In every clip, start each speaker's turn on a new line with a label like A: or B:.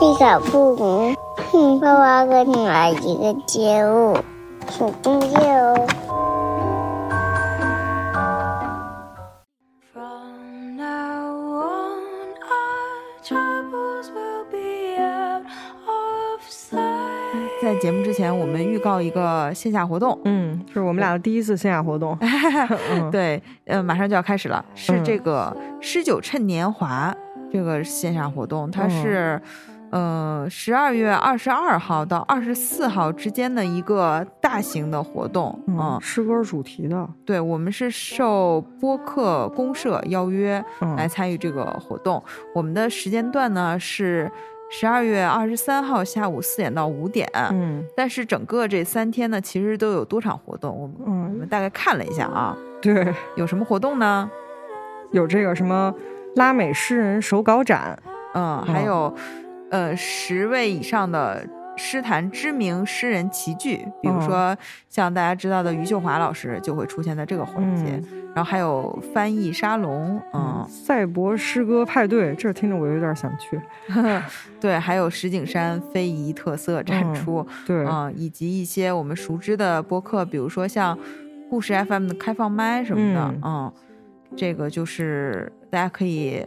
A: 费小布谷，哼，爸爸跟你玩一个街舞，手工街哦。
B: From now on, our troubles will be out of sight.
C: 在节目之前，我们预告一个线下活动，
D: 嗯，是我们俩的第一次线下活动。嗯
C: 对，呃，马上就要开始了，是
D: 嗯
C: 这个“诗酒趁年华”这个线下活动，它
D: 嗯
C: 是，呃，十二月二十二号到二十四号之间的一个大型的活动，嗯
D: 嗯，，诗歌主题的，
C: 对，我们是受播客公社邀约
D: 嗯
C: 来参与这个活动，我们的时间段呢是十二月二十三号下午四点到五点，
D: 嗯
C: 但是整个这三天呢，其实都有多场活动，我们我
D: 嗯，
C: 们大概看了一下啊，
D: 对，
C: 有什么活动呢？
D: 有这个什么拉美诗人手稿展，
C: 嗯，还有，呃，十位以上的诗坛知名诗人齐聚，比如
D: 嗯
C: 说像大家知道的余秀华老师就会出现在这个环节，
D: 嗯
C: 然后还有翻译沙龙，嗯，
D: 赛博诗歌派对，这听着我有点想去。
C: 对，还有石景山非遗特色展
D: 嗯
C: 出，
D: 对，
C: 嗯，以及一些我们熟知的播客，比如说像故事 FM 的开放麦什么的，嗯
D: 嗯
C: 这个就是大家可以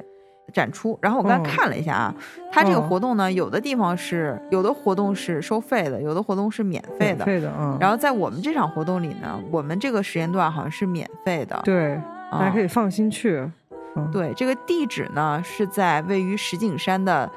C: 展出。然后我刚才
D: 嗯
C: 看了一下啊，它这个
D: 嗯
C: 活动呢，有的地方是有的活动是收费的，有的活动是免费的。
D: 费的，嗯，
C: 然后在我们这场活动里呢，我们这个时间段好像是免费的，
D: 对，
C: 嗯，
D: 大家可以放心去。嗯
C: 对这个地址呢是在位于石景山的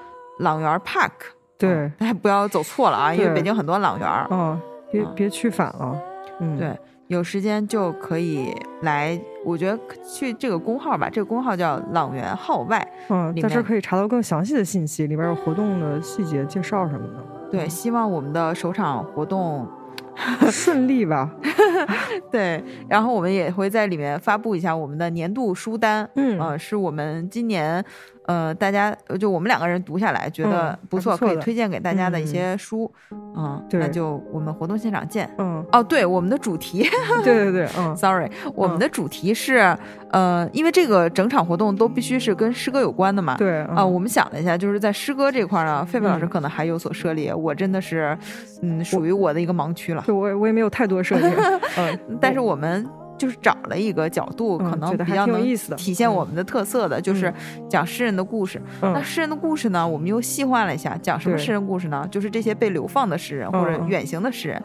C: 朗园 Park，
D: 对，
C: 大家嗯不要走错了啊，因为
D: 对
C: 北京很多朗园儿，
D: 嗯，别
C: 嗯
D: 别去反了。嗯，
C: 对，有时间就可以来，我觉得去这个公号吧，这个公号叫朗园号外，
D: 嗯，
C: 里
D: 在这
C: 面
D: 儿可以查到更详细的信息，里边有活动的细节介绍什么 的。
C: 对，希望我们的首场活动
D: 顺利吧？
C: 对，然后我们也会在里面发布一下我们的年度书单，
D: 嗯
C: 呃，是我们今年，呃，大家呃就我们两个人读下来觉得
D: 嗯
C: 不
D: 还
C: 错，
D: 不错
C: 可以
D: 的
C: 推荐给大家的一
D: 嗯
C: 些书，嗯，那
D: 对
C: 就我们活动现场见。
D: 嗯，
C: 哦，对，我们的主题
D: 对对对， 嗯，
C: ，sorry，我们的主题是，呃，因为这个整场活动都必须是跟诗歌有关的嘛，
D: 对
C: 啊，我们想了一下，就是在诗歌这块儿呢，狒狒老师
D: 嗯
C: 可能还有所涉猎，我真的是，嗯，属于我的一个盲 区了。
D: 对，我也我也没有太多设计， 嗯，
C: 但是我们就是找了一个角度，
D: 嗯
C: 可能
D: 觉得
C: 比
D: 还
C: 较
D: 挺有
C: 能
D: 意思的
C: 体现
D: 嗯
C: 我们的特色的，就是讲诗人的故事。那
D: 嗯
C: 诗人的故事呢，我们又细化了一下，讲什么
D: 对
C: 诗人故事呢？就是这些被流放的诗人或者
D: 嗯嗯
C: 远行的诗人，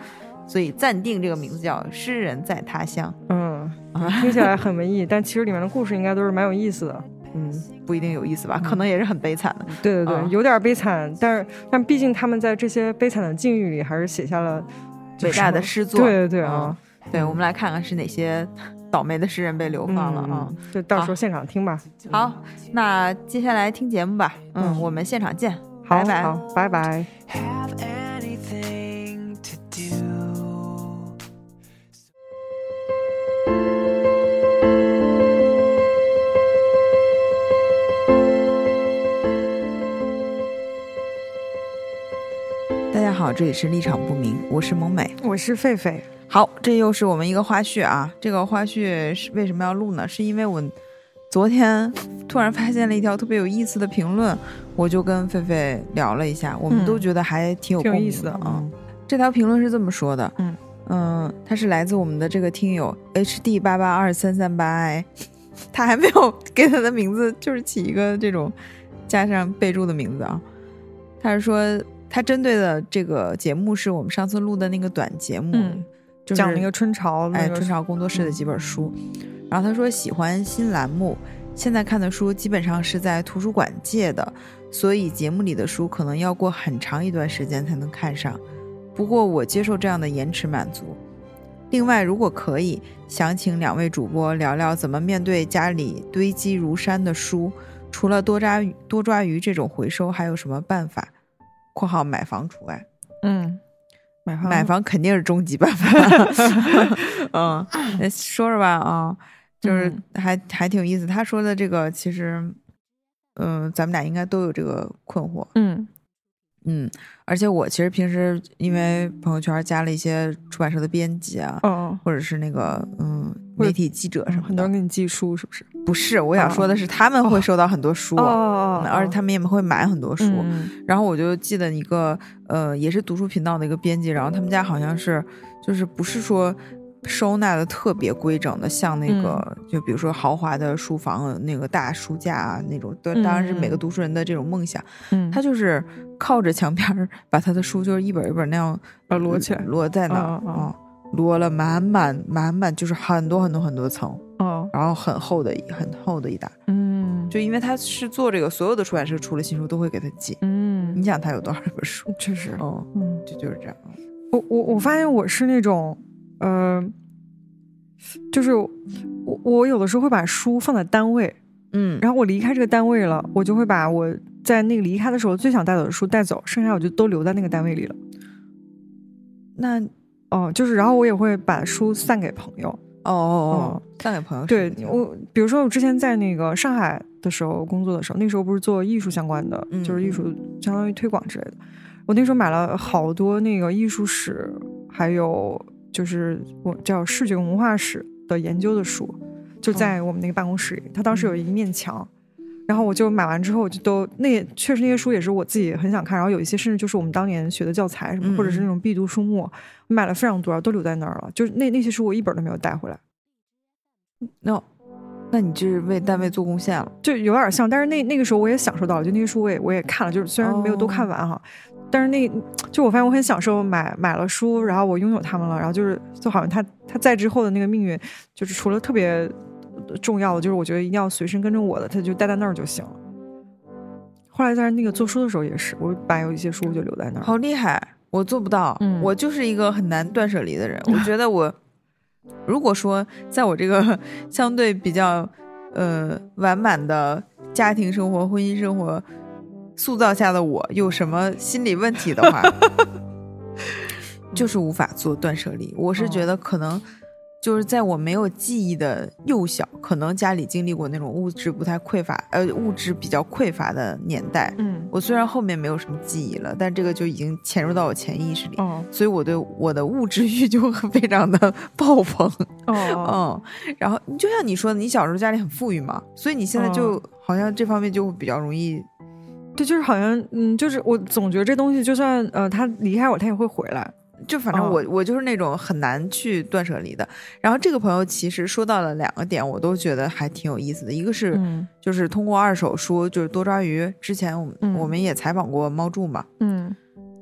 C: 所以暂定这个名字叫《诗人在他乡
D: 嗯，
C: 啊
D: 听起来很文艺，但其实里面的故事应该都是蛮有意思的。嗯，》，
C: 不一定有意思吧？可能也是很悲惨的。
D: 对对对，
C: 嗯
D: 有点悲惨，但是但毕竟他们在这些悲惨的境遇里，还是写下了就
C: 伟
D: 是
C: 大的诗作，
D: 对对对啊，
C: 对，我们来看看是哪些倒霉的诗人被流放了啊。
D: 嗯，就到时候现场听吧。
C: 好，那接下来听节目吧。嗯，
D: 嗯
C: 我们现场见，
D: 好，
C: 拜拜。
D: 好，拜拜。
B: Have anything to do.
C: 大家好，这里是立场不明，我是萌美。
D: 我是狒狒，
C: 好，这又是我们一个花絮啊。这个花絮是为什么要录呢？是因为我昨天突然发现了一条特别有意思的评论，我就跟狒狒聊了一下，我们
D: 嗯
C: 都觉得还挺有
D: 挺
C: 共
D: 有
C: 鸣
D: 意思的
C: 啊。
D: 嗯
C: 这条评论是这么说的，
D: 嗯
C: 嗯，它是来自我们的这个听友 H D 八八二三三八 I，他 还没有给他的名字就是起一个这种加上备注的名字啊。他是说他针对的这个节目是我们上次录的那个短节目，
D: 嗯
C: 就是
D: 讲了一个春潮，
C: 哎
D: 那个
C: 春潮工作室的几本书，然后他说喜欢新栏目，现在看的书基本上是在图书馆借的，所以节目里的书可能要过很长一段时间才能看上。不过我接受这样的延迟满足。另外，如果可以，想请两位主播聊聊怎么面对家里堆积如山的书，除了多抓鱼多抓鱼这种回收，还有什么办法？（括号买房除外）
D: 嗯，买房
C: 买房肯定是终极办 法。嗯，那说说吧啊，就是
D: 嗯
C: 还还挺有意思。他说的这个其实，嗯、咱们俩应该都有这个困惑。
D: 嗯
C: 嗯，而且我其实平时因为朋友圈加了一些出版社的编辑啊，
D: 哦，
C: 或者是那个嗯
D: 或者
C: 媒体记者什么
D: 很多
C: 的
D: 人，给你寄书是不是？
C: 不是，我想说的是他们会收到很多书，
D: 哦哦
C: 嗯而且他们也会买很多书。
D: 嗯
C: 然后我就记得一个呃，也是读书频道的一个编辑，然后他们家好像是就是不是说收纳的特别规整的，像
D: 嗯
C: 那个、就比如说豪华的书房那个大书架啊那种，当当然是每个
D: 嗯
C: 读书人的这种梦想，
D: 嗯，
C: 他就是靠着墙边儿把他的书就是一本一本那样
D: 呃摞起来
C: 摞在那儿
D: 哦哦哦
C: 嗯摞了满满满满，就是很多很多很多层，
D: 哦，
C: 然后很厚的一很厚的一沓，
D: 嗯
C: 就因为他是做这个，所有的出版社出了新书都会给他寄。
D: 嗯
C: 你，想他有多少本书？
D: 确实，
C: 哦，
D: 嗯。
C: 就就是这样。
D: 我我我发现我是那种，呃，就是我我有的时候会把书放在单位，
C: 嗯
D: 然后我离开这个单位了，我就会把我在那个离开的时候最想带走的书带走，剩下我就都留在那个单位里了。
C: 那哦
D: 哦，就是，然后我也会把书散给朋友。
C: 哦哦，带给朋友
D: 对
C: 是
D: 我，比如说我之前在那个上海的时候工作的时候，那时候不是做艺术相关的，
C: 嗯
D: 就是艺术相当于推广之类的。我那时候买了好多那个艺术史，还有就是我叫视觉文化史的研究的书，就在
C: 哦
D: 我们那个办公室里。它当
C: 嗯
D: 时有一面墙，然后我就买完之后，我就都那确实那些书也是我自己很想看，然后有一些甚至就是我们当年学的教材什
C: 嗯
D: 么，或者是那种必读书目，买了非常多，然后都留在那儿了。就是那那些书我一本都没有带回来。
C: 那那你就是为单位做贡献了。
D: 就有点像，但是那那个时候我也享受到了，就那些书我也我也看了，就是虽然没有都看完哈，但是那就我发现我很享受买买了书，然后我拥有它们了，然后就是就好像它它在之后的那个命运，就是除了特别重要的，就是我觉得一定要随身跟着我的，它就待在那儿就行了。后来在那个做书的时候也是，我把有一些书我就留在那儿。
C: 好厉害，我做不到，
D: 嗯
C: 我就是一个很难断舍离的 人。我觉得我如果说在我这个 相对比较呃完满的家庭生活、婚姻生活塑造下的我有什么心理问题的 话，就是无法做断舍离。我是
D: 嗯
C: 觉得可能。就是在我没有记忆的幼小，可能家里经历过那种物质不太匮乏，呃，物质比较匮乏的年代，
D: 嗯，
C: 我虽然后面没有什么记忆了，但这个就已经潜入到我潜意识里，
D: 哦
C: 所以我对我的物质欲就会非常的 爆棚。
D: 哦哦，
C: 嗯，然后就像你说的，你小时候家里很富裕嘛，所以你现在就
D: 哦
C: 好像这方面就比较容易。
D: 对，就是好像嗯，就是我总觉得这东西就算呃它离开我，它也会回来。
C: 就反正
D: 哦
C: 我、我就是那种很难去断舍离的。然后这个朋友其实说到了两个点，我都觉得还挺有意思的。一个是、
D: 嗯
C: 就是通过二手书，就是多抓鱼。之前我们、
D: 嗯
C: 我们也采访过猫柱嘛，
D: 嗯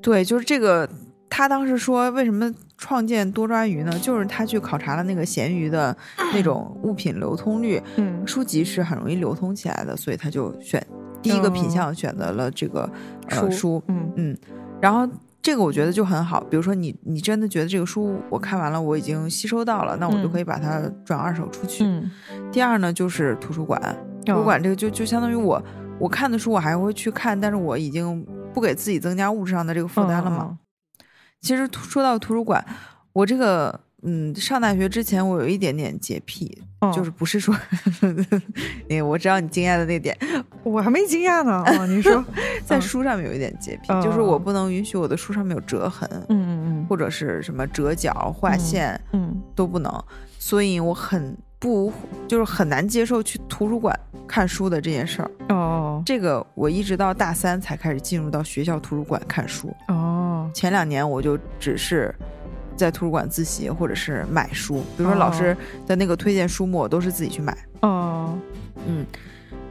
C: 对，就是这个，他当时说为什么创建多抓鱼呢？就是他去考察了那个闲鱼的 那种物品流通率，
D: 嗯
C: 书籍是很容易流通起来的，所以他就选第一个品项选择了这个、呃
D: 哦书
C: 书，
D: 嗯
C: 然后。这个我觉得就很好，比如说你，你真的觉得这个书我看完了，我已经吸收到了，那我就
D: 嗯
C: 可以把它转二手出去。
D: 嗯，
C: 第二呢，就是图书馆，图书
D: 哦
C: 馆这个就就相当于我我看的书我还会去看，但是我已经不给自己增加物质上的这个负担了嘛。
D: 嗯嗯
C: 其实图说到图书馆，我这个嗯，上大学之前我有一点点洁癖，
D: 嗯
C: 就是不是说， 因为我知道你惊讶的那点，
D: 我还没惊讶呢。哦，你说，
C: 在
D: 嗯
C: 书上面有一点洁癖，
D: 嗯
C: 就是我不能允许我的书上面有折痕，
D: 嗯嗯
C: 或者是什么折角、划
D: 嗯
C: 线、
D: 嗯
C: 都不能，所以我很不就是很难接受去图书馆看书的这件事儿。
D: 嗯，哦
C: 这个我一直到大三才开始进入到学校图书馆看书，
D: 哦，
C: 前两年我就只是在图书馆自习或者是买书，比如说
D: 哦
C: 老师的那个推荐书目，我都是自己去买。
D: 哦
C: 嗯，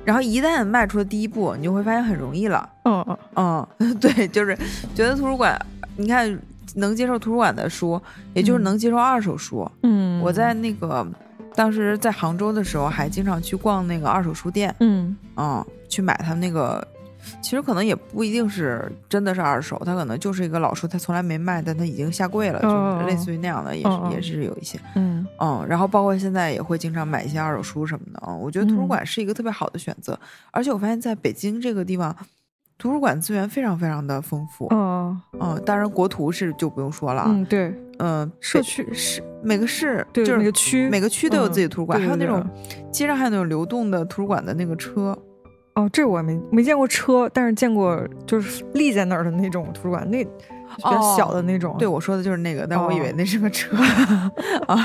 C: 然后一旦迈出了第一步，你就会发现很容易了。
D: 哦哦，
C: 嗯， 对，就是觉得图书馆，你看能接受图书馆的书，也就是
D: 嗯
C: 能接受二手书。
D: 嗯，
C: 我在那个当时在杭州的时候，还经常去逛那个二手书店，
D: 嗯
C: 嗯，去买他们那个。其实可能也不一定是真的是二手，它可能就是一个老书，它从来没卖，但它已经下柜了，就
D: 哦
C: 是类似于那样的，也是、
D: 哦哦
C: 也是有一些，
D: 嗯
C: 嗯，然后包括现在也会经常买一些二手书什么的，嗯，我觉得图书馆是一个特别好的选择，而且我发现在北京这个地方，图书馆资源非常非常的丰富，
D: 哦
C: 嗯，当然国图是就不用说了，
D: 嗯，对
C: 嗯，
D: 社
C: 北
D: 区
C: 是每个市
D: 对，
C: 就是
D: 每个区
C: 每个区都有
D: 嗯
C: 自己的图书馆，
D: 对
C: 还有那
D: 对
C: 种街上还有那种流动的图书馆的那个车，
D: 哦，这我没没见过车，但是见过就是立在那儿的那种图书馆，那比较小的那种。
C: 哦对，我说的就是那个，但我以为
D: 哦
C: 那是个 车啊，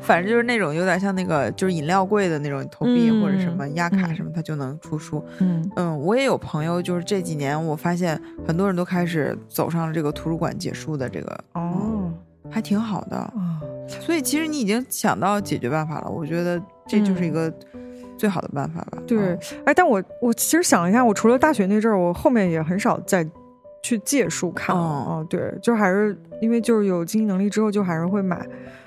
C: 反正就是那种有点像那个就是饮料柜的那种投币或者什么
D: 嗯
C: 压卡
D: 嗯
C: 什么，它就能出书。
D: 嗯
C: 嗯，我也有朋友，就是这几年我发现很多人都开始走上了这个图书馆借书的这个，
D: 哦
C: 还挺好的。
D: 啊，
C: 所以其实你已经想到解决办法了，我觉得这就是一
D: 嗯
C: 个最好的办法吧。
D: 对
C: 嗯，
D: 哎，但我我其实想了一下，我除了大学那阵儿，我后面也很少再去借书看了。
C: 哦
D: 哦，对，就还是因为就是有经济能力之后，就还是会买。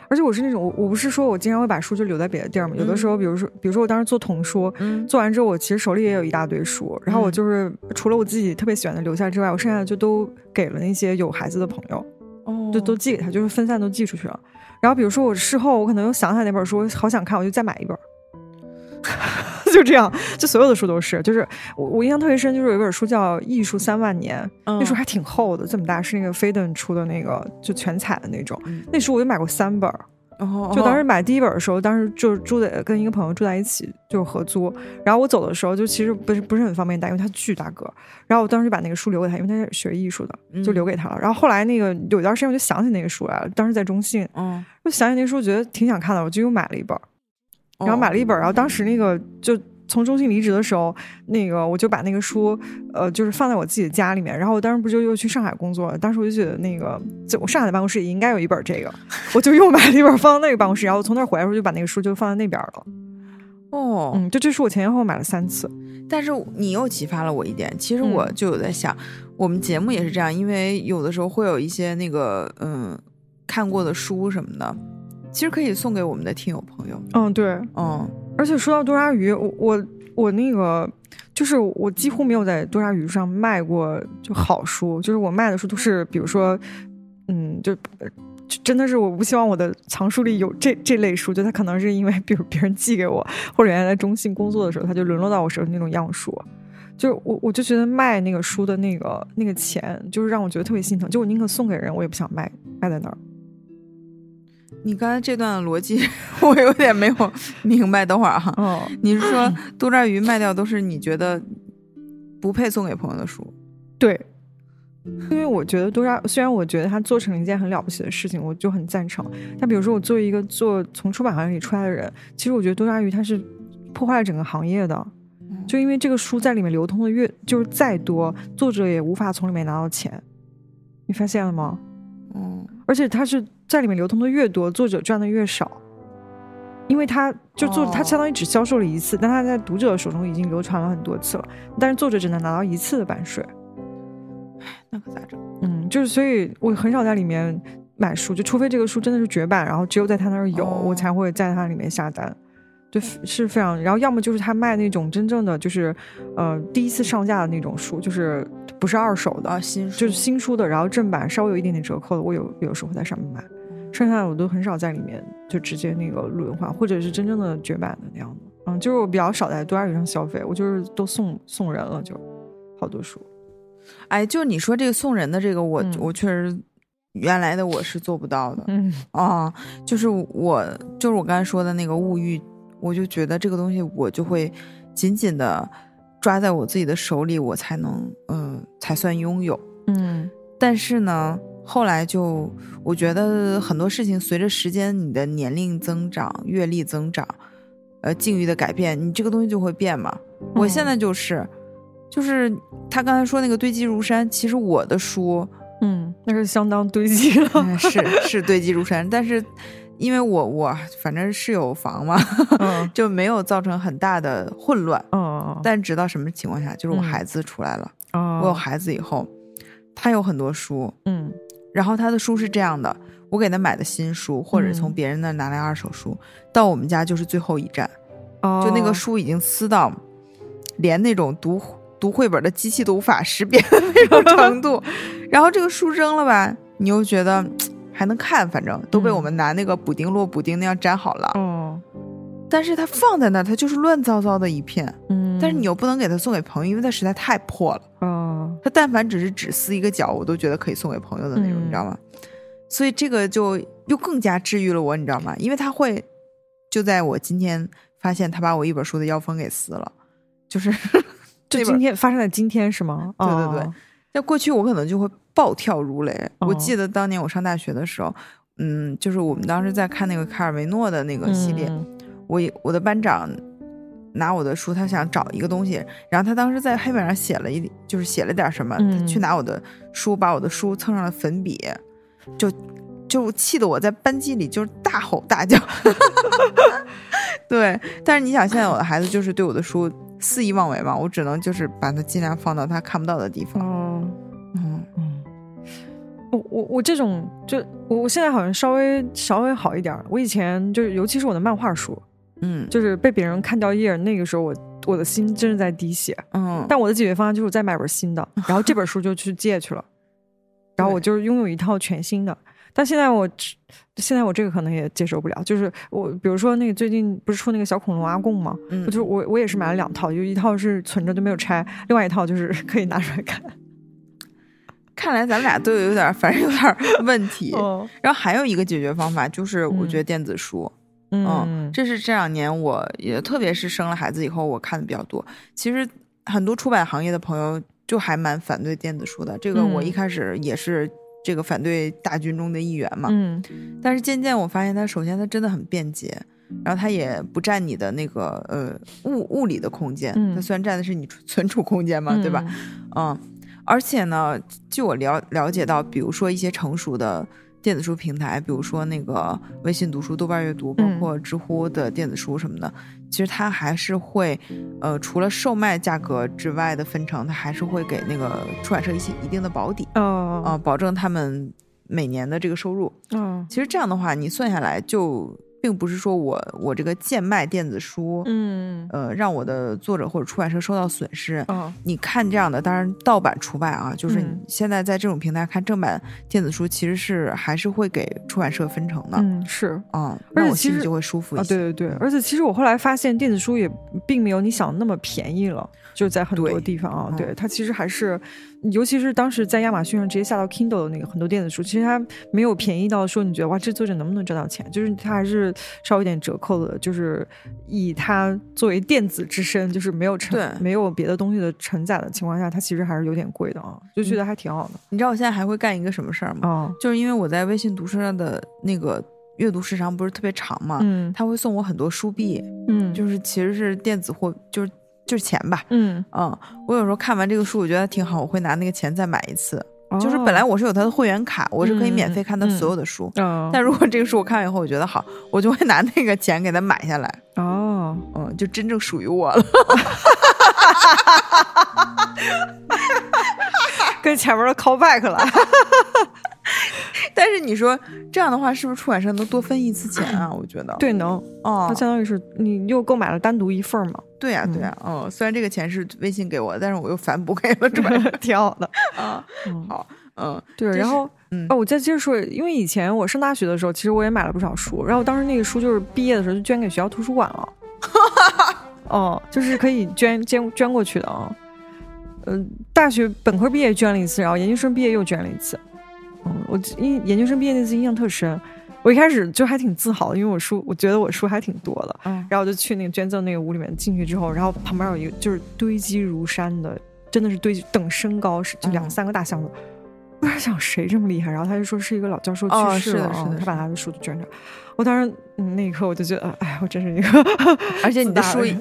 D: 而且我是那种，我我不是说我经常会把书就留在别的地儿嘛。有的时候，比如说，比如说我当时做童书，
C: 嗯
D: 做完之后，我其实手里也有一大堆书，然后我
C: 嗯
D: 就是除了我自己特别喜欢的留下之外，我剩下的就都给了那些有孩子的朋友。
C: 哦
D: 就都寄给他，就是分散都寄出去了。然后比如说我事后我可能又想起来那本书，我好想看，我就再买一本儿。 就这样，就所有的书都是，就是我我印象特别深，就是有一本书叫《艺术三万年》，
C: 嗯
D: 那书还挺厚的，这么大，是那个飞登出的那个，就全彩的那种。
C: 嗯
D: 那书我就买过三本儿，
C: 哦，
D: 就当时
C: 哦
D: 买第一本的时候，当时就是住在跟一个朋友住在一起，就是合租。然后我走的时候，就其实不是不是很方便带，因为他巨大个儿。然后我当时就把那个书留给他，因为他是学艺术的，就留给他了。然后后来那个有一段时间我就想起那个书来了，当时在中信，
C: 嗯，
D: 我想起那书觉得挺想看的，我就又买了一本儿。然后买
C: 了
D: 了一本儿，然后当时那个就从中信离职的时候，那个我就把那个书，呃，就是放在我自己的家里面。然后我当时不就又去上海工作了，当时我就觉得那个，就我上海的办公室也应该有一本儿这个， 我就又买了一本儿放到那个办公室。然后我从那儿回来的时候就把那个书就放在那边儿了。
C: 哦，
D: 嗯，就这书我前前后后买了三次。
C: 但是你又启发了我一点，其实
D: 嗯
C: 我就有在想，我们节目也是这样，因为有的时候会有一些那个嗯看过的书什么的，其实可以送给我们的听友朋友。
D: 嗯，对。
C: 嗯，
D: 而且说到多抓鱼，我我我那个就是我几乎没有在多抓鱼上卖过就好书，就是我卖的书都是比如说，嗯，就。呃就真的是我不希望我的藏书里有这这类书，就它可能是因为比如别人寄给我，或者原来在中信工作的时候，它就沦落到我手里那种样书。就是我我就觉得卖那个书的那个那个钱，就是让我觉得特别心疼，就我宁可送给人，我也不想卖卖在那儿。
C: 你刚才这段逻辑 我有点 没有明白，等会儿啊，
D: 嗯，
C: 你是说多抓鱼卖掉都是你觉得不配送给朋友的书？
D: 对，因为我觉得多抓，虽然我觉得他做成了一件很了不起的事情，我就很赞成。但比如说，我作为一个做从出版行业里出来的人，其实我觉得多抓鱼它是破坏了整个行业的。就因为这个书在里面流通的越就是再多，作者也无法从里面拿到钱，你发现了吗？
C: 嗯，
D: 而且它是在里面流通的越多，作者赚的越少，因为他就作者他
C: 哦
D: 相当于只销售了一次，但他在读者手中已经流传了很多次了，但是作者只能拿到一次的版税。
C: 那可咋整？
D: 嗯，就是所以我很少在里面买书，就除非这个书真的是绝版，然后只有在他那儿有，
C: 哦
D: 我才会在他里面下单。就是非常，然后要么就是他卖那种真正的就是，呃，第一次上架的那种书，就是不是二手的，
C: 啊，新书
D: 就是新书的，然后正版稍微有一点点折扣的，我有有时候会在上面买，剩下的我都很少在里面就直接那个轮换，或者是真正的绝版的那样的。嗯，就是我比较少在多二鱼上消费，我就是都送送人了，就好多书。
C: 哎，就你说这个送人的这个，我、
D: 嗯
C: 我确实原来的我是做不到的。
D: 嗯
C: 啊，就是我，就是我刚才说的那个物欲，我就觉得这个东西我就会紧紧的抓在我自己的手里，我才能，嗯、才算拥有。
D: 嗯
C: 但是呢，后来就我觉得很多事情随着时间，你的年龄增长、阅历增长，呃，境遇的改变，你这个东西就会变嘛。我现在就是，就是他刚才说那个堆积如山，其实我的书，
D: 嗯，那是相当堆积了。
C: 嗯是是堆积如山，但是因为我我反正是有房嘛，
D: 嗯
C: 就没有造成很大的混乱。
D: 嗯
C: 但直到什么情况下，就是我
D: 嗯
C: 孩子出来了，
D: 嗯，
C: 我有孩子以后，他有很多书，
D: 嗯
C: 然后他的书是这样的，我给他买的新书，或者从
D: 嗯
C: 别人那儿拿来二手书，到我们家就是最后一站，
D: 哦，
C: 就那个书已经撕到连那种读读绘本的机器都无法识别的那种程 度。然后这个书扔了吧，你又觉得嘖还能看，反正都被我们
D: 嗯
C: 拿那个补丁落补丁那样粘好了。
D: 哦，
C: 但是它放在那儿，它就是乱糟糟的一片。
D: 嗯，
C: 但是你又不能给它送给朋友，因为它实在太破了。
D: 哦，
C: 它但凡只是只撕一个角，我都觉得可以送给朋友的那种，
D: 嗯
C: 你知道吗？所以这个就又更加治愈了我，你知道吗？因为他会就在我今天发现他把我一本书的腰封给撕了，就是
D: 就
C: 那
D: 今
C: 本
D: 天发生在今天是吗？
C: 对对对
D: 哦，
C: 在过去我可能就会暴跳如雷。
D: 哦
C: 我记得当年我上大学的时候，嗯，就是我们当时在看那个卡尔维诺的那个系列，
D: 嗯
C: 我我的班长拿我的书，他想找一个东西，然后他当时在黑板上写了一，就是写了点什么，
D: 嗯
C: 他去拿我的书，把我的书蹭上了粉笔，就就气得我在班级里就是大吼大叫。 对，但是你想，现在我的孩子就是对我的书肆意妄为嘛，我只能就是把它尽量放到他看不到的地方。
D: 哦
C: 嗯，
D: 嗯，我我我这种就我我现在好像稍微稍微好一点儿。我以前就是尤其是我的漫画书，
C: 嗯
D: 就是被别人看掉页儿，那个时候我我的心真是在滴血。
C: 嗯，
D: 但我的解决方案就是我再买本新的，然后这本书就去借去了，然后我
C: 对
D: 就是拥有一套全新的。但现在我只现在我这个可能也接受不了，就是我比如说那个最近不是出那个小恐龙阿贡吗？
C: 嗯
D: 我就我我也是买了两套，就一套是存着就没有拆，另外一套就是 可以拿出来看。
C: 看来咱们俩都有点儿，反正有点儿问题。
D: 哦，
C: 然后还有一个解决方法就是，我
D: 嗯
C: 觉得电子书，嗯
D: 嗯，，
C: 这是这两年我也特别是生了孩子以后，我看的比较多。其实很多出版行业的朋友就还蛮反对电子书的，这个我一
D: 嗯
C: 开始也是这个反对大军中的一员嘛。
D: 嗯
C: 但是渐渐我发现它，首先它真的很便捷。然后它也不占你的那个呃物物理的空间，
D: 嗯
C: 它虽然占的是你存存储空间嘛，对吧？？嗯，而且呢，据我了了解到，比如说一些成熟的电子书平台，比如说那个微信读书、豆瓣阅读，包
D: 嗯
C: 括知乎的电子书什么的，其实它还是会，呃，除了售卖价格之外的分成，它还是会给那个出版社一些一定的保底啊、
D: 哦
C: 保证他们每年的这个收入。
D: 哦，
C: 其实这样的话，你算下来就并不是说我我这个贱卖电子书，
D: 嗯
C: 呃，让我的作者或者出版社受到损失，
D: 哦，
C: 你看这样的，当然盗版除外啊，就是你
D: 嗯
C: 现在在这种平台看正版电子书，其实是还是会给出版社分成的，
D: 嗯是。
C: 嗯，
D: 而
C: 那
D: 且
C: 我
D: 其
C: 心里
D: 实
C: 就会舒服一
D: 啊，
C: 些。
D: 对对对，而且其实我后来发现电子书也并没有你想的那么便宜了，就在很多
C: 对
D: 地方啊，
C: 嗯
D: 对它其实还是，尤其是当时在亚马逊上直接下到 Kindle 的那个很多电子书，其实它没有便宜到说你觉得哇，这作者能不能赚到钱，就是它还是稍微有点折扣的，就是以它作为电子之身，就是没有承
C: 对
D: 没有别的东西的承载的情况下，它其实还是有点贵的啊，就觉得还挺好的
C: 你知道我现在还会干一个什么事儿吗？
D: 啊，
C: 就是因为我在微信读书上的那个阅读时长不是特别长嘛，
D: 嗯
C: 他会送我很多书币，
D: 嗯
C: 就是其实是电子货，就是就是钱吧。
D: 嗯，
C: 嗯，我有时候看完这个书，我觉得挺好，我会拿那个钱再买一次。就是本来
D: 我
C: 我是有他的会员卡，我是可以免费看他
D: 哦嗯嗯嗯
C: 所有的书，
D: 啊，
C: 但如果这个书我看完以后我觉得好，我就会拿那个钱给它买下来，
D: 哦。
C: 嗯，就真正属于我了。
D: 跟前面的 callback 了，
C: 但是你说这样的话，是不是出版社能多分一次钱啊？我觉得，，
D: 对，能，它
C: 哦，
D: 相当于是你又购买了单独一份儿嘛，
C: 对呀、对呀、嗯，虽然这个钱是微信给我的，但是我又反补给了出版 社
D: 挺好的。
C: 啊，
D: 嗯
C: 好， 嗯，
D: 对，
C: 这
D: 然
C: 是
D: 后。
C: 嗯
D: 哦，我再接着说，因为以前我上大学的时候，其实我也买了不少书，然后当时那个书就是毕业的时候就捐给学校图书 馆了，哦，就是可以捐捐捐过去的啊。嗯、大学本科毕业捐了一次，然后研究生毕业又捐了一次。嗯，我记印研究生毕业那次印象特深，我一开始就还挺自豪的，因为我书我觉得我书还挺多的，
C: 嗯
D: 然后我就去那个捐赠那个屋里面，进去之后，然后旁边有一个就是堆积如山的，真的是堆积等身高是就两
C: 嗯
D: 三个大箱子。我在想谁这么厉害，然后他就说是一个老教授
C: 哦
D: 去世
C: 是
D: 了
C: 的
D: 啊，
C: 是的
D: 他
C: 是
D: 把
C: 的
D: 他的书都捐掉。我当时、嗯那一刻我就觉得，哎，我真是一个，
C: 而且你的
D: 自大
C: 书
D: 的
C: 也，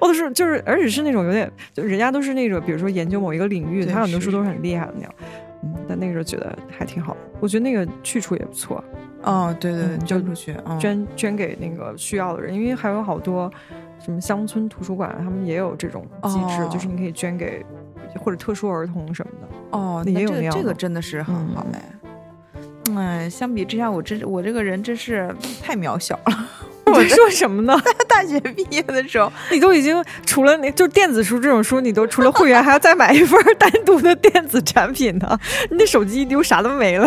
D: 我都是就是，而且是那种有点，就人家都是那种，比如说研究某一个领域，
C: 对
D: 他很多
C: 是
D: 书都是很厉害的那样。嗯，但那个时候觉得还挺好，我觉得那个去处也不错。
C: 哦，对对对，
D: 嗯
C: 捐出去，嗯，
D: 捐捐给那个需要的人，因为还有好多什么乡村图书馆，他们也有这种机制，
C: 哦
D: 就是你可以捐给或者特殊儿童什么的。
C: 哦，
D: 也
C: 那
D: 有嗯
C: 这
D: 那
C: 个
D: 样
C: 这
D: 的
C: 个真的是很好哎。哎，相比之下，我这我这个人真是太渺小了。
D: 我在说什么呢？
C: 大学毕业的时候，
D: 你都已经除了那就是电子书这种书，你都除了会员，还要再买一份儿单独的电子产品呢。 你那手机一丢，啥都没了。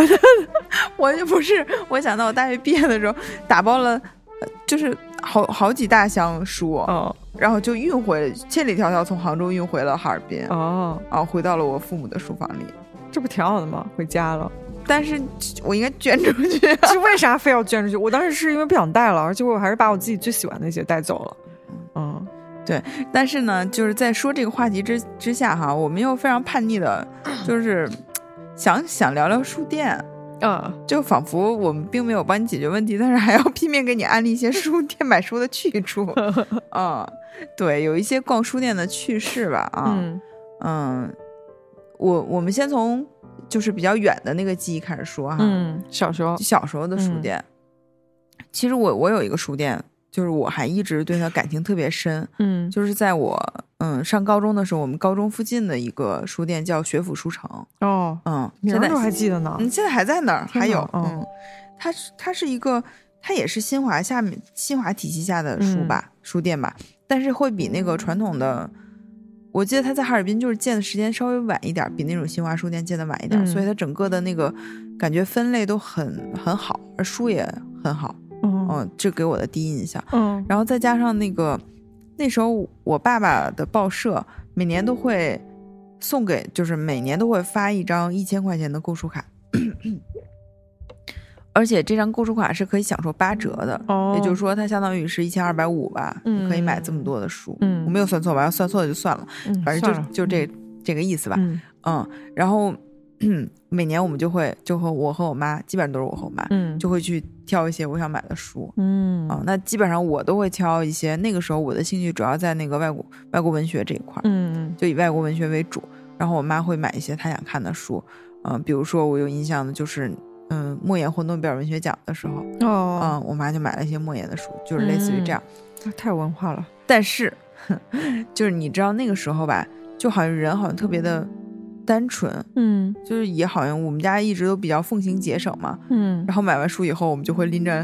C: 我就不是， 我想到我大学毕业的时候打包了，呃就是好好几大箱书，
D: 哦
C: 然后就运回千里迢迢从杭州运回了哈尔滨，
D: 哦，
C: 啊，回到了我父母的书房里。
D: 这不挺好的吗？回家了，
C: 但是我应该捐出去，
D: 这为啥非要捐出去？我当时是因为不想带了，而且我还是把我自己最喜欢的那些带走了。嗯，
C: 但是呢，就是在说这个话题之之下哈，我们又非常叛逆的，就是想想聊聊书店，
D: 啊，
C: 就仿佛我们并没有帮你解决问题，但是还要 拼命给你安利一些书店买书的去 处。嗯，对，有一些逛书店的趣事吧啊，
D: 嗯
C: 嗯，我我们先从就是比较远的那个记忆开始说哈，
D: 嗯，小时候
C: 就小时候的书
D: 嗯
C: 店。其实我我有一个书店，就是我还一直对它感情特别深，
D: 嗯
C: 就是在我嗯上高中的时候，我们高中附近的一个书店叫学府书城，
D: 哦，
C: 嗯，
D: 名
C: 现在
D: 儿都还记得呢，
C: 嗯现在还在那儿，
D: 啊天
C: 还
D: 哪
C: 有
D: 嗯
C: 嗯，它是它是一个，它也是新华下面新华体系下的书
D: 嗯
C: 吧、书店吧，但是会比那个传统的。我记得它在哈尔滨就是建的时间稍微晚一点儿，比那种新华书店建的晚一点儿，
D: 嗯
C: 所以它整个的那个感觉分类都很很好，而书也很好。
D: 嗯
C: 嗯，这给我的第一印象。
D: 嗯
C: 然后再加上那个那时候我爸爸的报社每年都会送给，就是每年都会发一张一千块钱的购书卡， 而且这张购书卡是可以享受八折的，
D: 哦，
C: 也就是说它相当于是一千二百五吧，你可以买这么
D: 嗯
C: 多的书。
D: 嗯
C: 我没有算错吧？要算错了就算了，
D: 嗯
C: 反正就就这这个意思吧。
D: 嗯
C: 嗯，然后 每年我们就会就和我和我妈，基本上都是我和我妈，
D: 嗯
C: 就会去挑一些我想买的书。
D: 嗯
C: 啊、那基本上我都会挑一些。那个时候我的兴趣主要在那个外国外国文学这一块儿，
D: 嗯
C: 就以外国文学为主。然后我妈会买一些她想看的书，嗯、比如说我有印象的就是，嗯，莫言获诺贝尔文学奖的时候，
D: 嗯
C: 嗯、
D: 哦，嗯
C: 我妈就买了一些莫言的书，就是类似于这样。
D: 太有文化了，
C: 但是， 就是你知道那个时候吧，就好像人好像特别的单纯，
D: 嗯
C: 就是也好像我们家一直都比较奉行节省嘛，
D: 嗯
C: 然后买完书以后，我们就会拎着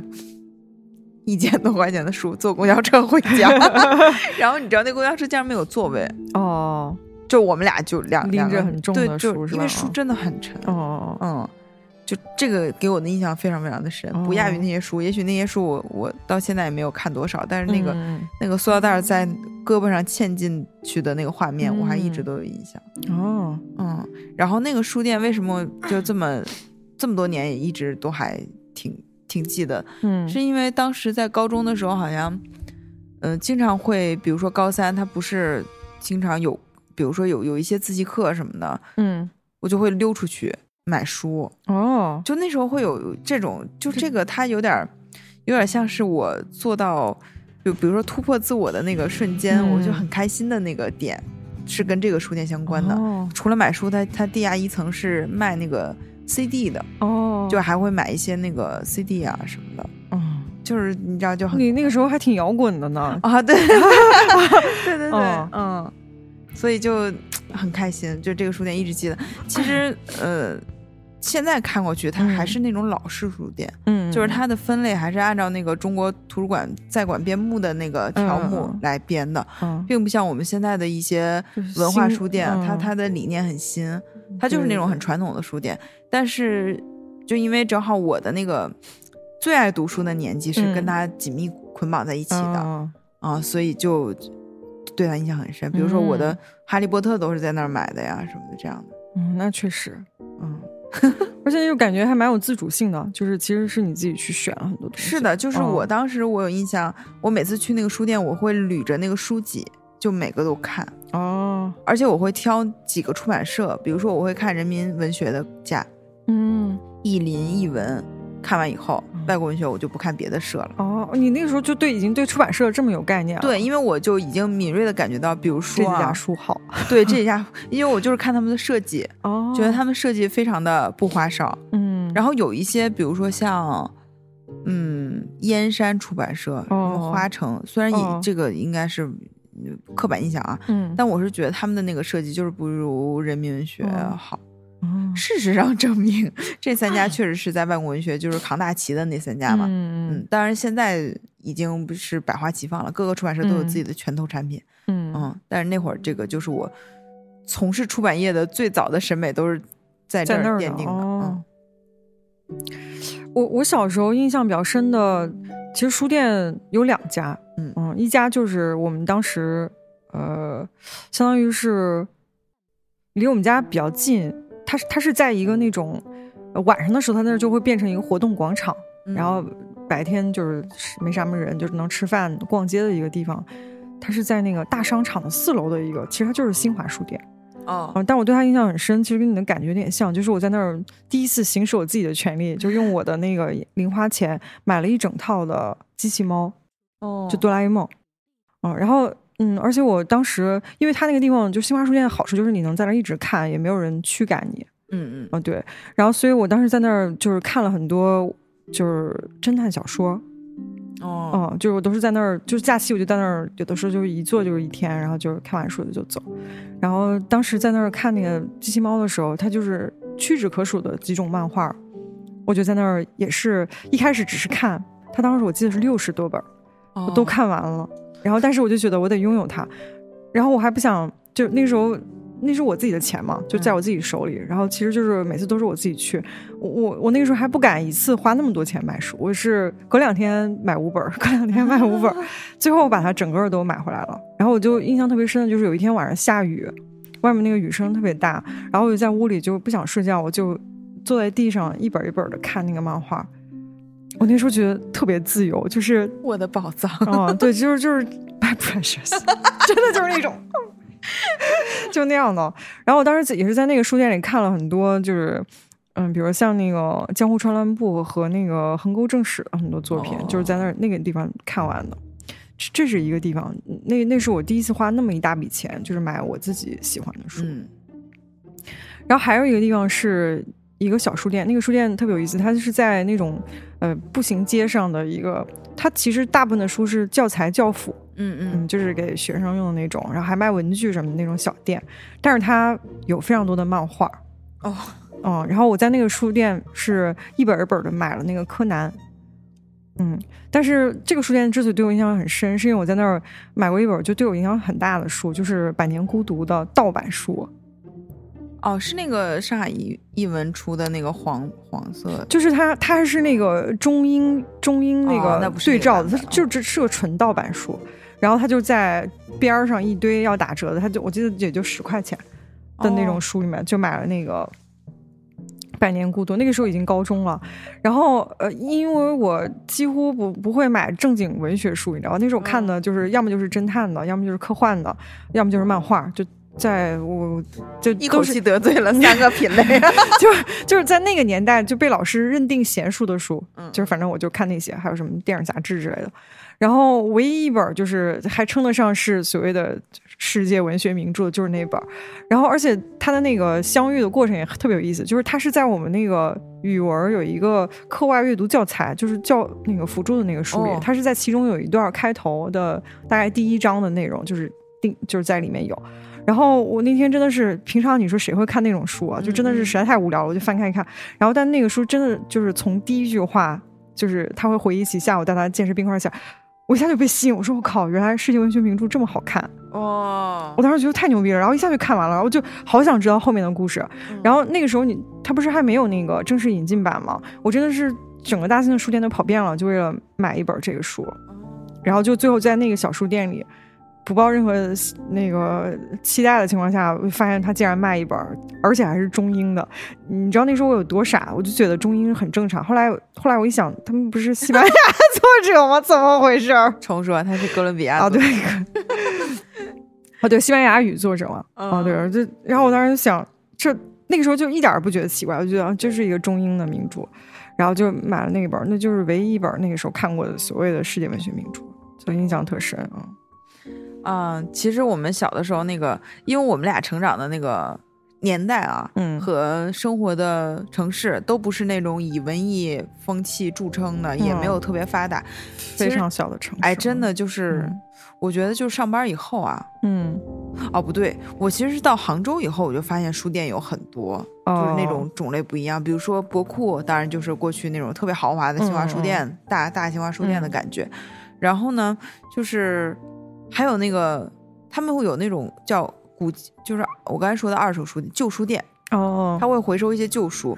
C: 一千多块钱的书坐公交车回 家。 然后你知道那公交车竟然没有座位，
D: 哦
C: 就我们俩就两
D: 拎
C: 两个
D: 着很重的
C: 对就
D: 书是
C: 因为
D: 吧
C: 书真的很沉。
D: 哦
C: 嗯，就这个给我的印象非常非常的深，不亚
D: 哦
C: 于那些书。也许那些书我我到现在也没有看多少，但是那个、
D: 嗯
C: 那个塑料袋儿在胳膊上嵌进去的那个画面，我还一直
D: 嗯
C: 都有印象。
D: 哦
C: 嗯，然后那个书店为什么就这么这么多年也一直都还挺挺记得？
D: 嗯
C: 是因为当时在高中的时候，好像，嗯、经常会，比如说高三，他不是经常有，比如说有有一些自习课什么的，
D: 嗯
C: 我就会溜出去买书。
D: 哦
C: 就那时候会有这种，就这个它有点儿，有点像是我做到，就比如说突破自我的那个瞬间，我就
D: 嗯
C: 很开心的那个点，是跟这个书店相关的。
D: 哦
C: 除了买书，它它地下一层是卖那个 CD 的，
D: 哦
C: 就还会买一些那个 CD 啊什么的，
D: 哦
C: 就是你知道就很
D: 你那个时候还挺摇滚的呢，
C: 啊， 对，对对对，
D: 哦
C: 嗯，所以就很开心，就这个书店一直记得。其实，呃，现在看过去，它还是那种老式书店，
D: 嗯
C: 就是它的分类还是按照那个中国图书馆在馆编目的那个条目
D: 嗯嗯嗯
C: 来编的，
D: 嗯
C: 并不像我们现在的一些
D: 就是
C: 文化
D: 新
C: 书店，它
D: 嗯
C: 它的理念很新，它就是那种很传统的书店。但是，就因为正好我的那个最爱读书的年纪是跟
D: 嗯
C: 它紧密捆绑在一起的。
D: 哦
C: 啊，所以就对他印象很深。比如说我的《
D: 嗯
C: 哈利波特》都是在那儿买的呀，什么的这样的。
D: 嗯那确实，
C: 嗯，
D: 而且就感觉还蛮有自主性的，就是其实是你自己去选了很多东西。
C: 是，的，就是我
D: 哦
C: 当时我有印象，我每次去那个书店，我会捋着那个书籍，就每个都看，
D: 哦，
C: 而且我会挑几个出版社，比如说我会看人民文学的价，
D: 嗯，
C: 译林、译文。看完以后，
D: 嗯
C: 外国文学我就不看别的社了。
D: 哦，你那个时候就对已经对出版社这么有概念了，
C: 对，因为我就已经敏锐的感觉到，比如
D: 这
C: 说
D: 几
C: 啊
D: 家，书好，
C: 对这一家，因为我就是看他们的设计，
D: 哦
C: 觉得他们设计非常的不花哨，
D: 嗯，
C: 然后有一些，比如说像，嗯，燕山出版社、什么
D: 哦
C: 花城，虽然也
D: 哦
C: 这个应该是嗯刻板印象啊，
D: 嗯，
C: 但我是觉得他们的那个设计就是不如人民文学
D: 哦
C: 好。
D: 嗯
C: 事实上证明，这三家确实是在外国文学就是扛大旗的那三家嘛。
D: 嗯
C: 嗯，当然现在已经不是百花齐放了，各个出版社都有自己的拳头产品。
D: 嗯
C: 嗯，但是那会儿这个就是我从事出版业的最早的审美都是在这
D: 在
C: 儿
D: 那儿
C: 奠定的。
D: 哦嗯我我小时候印象比较深的，其实书店有两家，
C: 嗯
D: 一家就是我们当时呃，相当于是离我们家比较近，它是它是在一个那种、呃晚上的时候，它那儿就会变成一个活动广场，
C: 嗯，
D: 然后白天就是没啥么人，就是能吃饭、逛街的一个地方。它是在那个大商场的四楼的一个，其实它就是新华书店。
C: 哦
D: 嗯，但我对他印象很深，其实跟你的感觉有点像，就是我在那儿第一次行使我自己的权利，就用我的那个零花钱买了一整套的机器猫，
C: 哦
D: 就哆啦 A 梦，嗯，然后嗯，而且我当时因为他那个地方就新华书店的好处就是你能在那儿一直看，也没有人驱赶你，
C: 嗯嗯
D: 啊，对，然后所以我当时在那儿就是看了很多就是侦探小说，
C: 哦
D: 嗯，就是我都是在那儿，就是假期我就在那儿，有的时候就是一坐就是一天，然后就是看完书就走。然后当时在那儿看那个机器猫的时候，它就是屈指可数的几种漫画，我就在那儿也是一开始只是看，它当时我记得是六十多本儿，我
C: 哦
D: 都看完了。然后但是我就觉得我得拥有它，然后我还不想，就那时候那是我自己的钱嘛，就在我自己手里。然后其实就是每次都是我自己去，我我我那个时候还不敢一次花那么多钱买书，我是隔两天买五本儿， 隔两天买五本儿，最后我把它整个都买回来了。然后我就印象特别深的就是有一天晚上下雨，外面那个雨声特别大，然后我就在屋里就不想睡觉，我就坐在地上一本一本的看那个漫画。我那时候觉得特别自由，就是
C: 我的宝藏，
D: 哦，对，就是就是 my precious，真的就是那种， 就那样的。然后我当时也是在那个书店里看了很多，就是嗯，比如像那个《江户川乱步》和那个横沟正史的很多作品，就是在那儿那个地方看完的。这这是一个地方，那那是我第一次花那么一大笔钱，就是买我自己喜欢的书。
C: 嗯
D: 然后还有一个地方是一个小书店，那个书店特别有意思，它是在那种呃步行街上的一个，它其实大部分的书是教材教辅，
C: 嗯
D: 嗯，就是给学生用的那种，然后还卖文具什么的那种小店，但是它有非常多的漫画，
C: 嗯哦
D: 嗯，然后我在那个书店是一本儿一本的买了那个柯南，嗯，但是这个书店之所以对我印象很深，是因为我在那儿买过一本就对我影响很大的书，就是《百年孤独》的盗版书，
C: 哦是那个上海译译文出的那个黄黄色
D: 就是它，它是那个中英中英那
C: 哦那
D: 个
C: 不是那
D: 对
C: 个
D: 照的，
C: 版
D: 它
C: 本
D: 就只是个纯盗版书，然后它就在边儿上一堆要打折的，它就我记得也就十块钱的那种
C: 哦
D: 书里面就买了那个《百年孤独》，那个时候已经高中了，然后呃，因为我几乎不不会买正经文学书，你知道吗？那时候看
C: 嗯
D: 的就是要么就是侦探的，要么就是科幻的，要么就是漫画，就在我就
C: 一
D: 都
C: 口
D: 是
C: 气得罪了三个品类，
D: 就是在那个年代就被老师认定娴熟的书，
C: 嗯
D: 就是反正我就看那些，还有什么电影杂志之类的。然后唯一一本就是还称得上是所谓的世界文学名著，就是那本。然后而且它的那个相遇的过程也特别有意思，就是它是在我们那个语文有一个课外阅读教材，就是教那个辅助的那个书里，
C: 哦
D: 它是在其中有一段开头的大概第一章的内容，就是定就是在里面有。然后我那天真的是，平常你说谁会看那种书啊？就真的是实在太无聊了，我就翻开看。然后但那个书真的就是从第一句话，就是他会回忆起下午带他见识冰块下，我一下就被吸引。我说我靠，原来世界文学名著这么好看！
C: 哦
D: 我当时觉得太牛逼了，然后一下就看完了，然后就好想知道后面的故事。然后那个时候你他不是还没有那个正式引进版吗？我真的是整个大兴的书店都跑遍了，就为了买一本这个书。然后就最后在那个小书店里，不抱任何那个期待的情况下，我发现他竟然卖一本，而且还是中英的。你知道那时候我有多傻？我就觉得中英很正常。后来后来我一想，他们不是西班牙 作者吗？怎么回事儿？
C: 重说他是哥伦比亚
D: 啊，
C: 族
D: 对，啊，对，西班牙语作者嘛，
C: 嗯
D: 啊，对，这然后我当时就想，这那个时候就一点儿不觉得奇怪，我就觉得啊这是一个中英的名著，然后就买了那一本儿，那就是唯一一本儿那个时候看过的所谓的世界文学名著，就印象特深啊。
C: 嗯，其实我们小的时候那个，因为我们俩成长的那个年代啊，
D: 嗯
C: 和生活的城市都不是那种以文艺风气著称的，也没有特别发达。
D: 非常小的城市，
C: 哎，真，的就是，
D: 嗯
C: 我觉得就是上班以后啊，
D: 嗯，
C: 哦不对，我其实是到杭州以后，我就发现书店有很多，就是那
D: 哦
C: 种种类不一样。比如说博库，当然就是过去那种特别豪华的新华
D: 嗯
C: 书店，大大新华书店的感觉。然后呢，就是还有那个他们会有那种叫古，就是我刚才说的二手书旧书店，
D: 哦，
C: 他会回收一些旧书。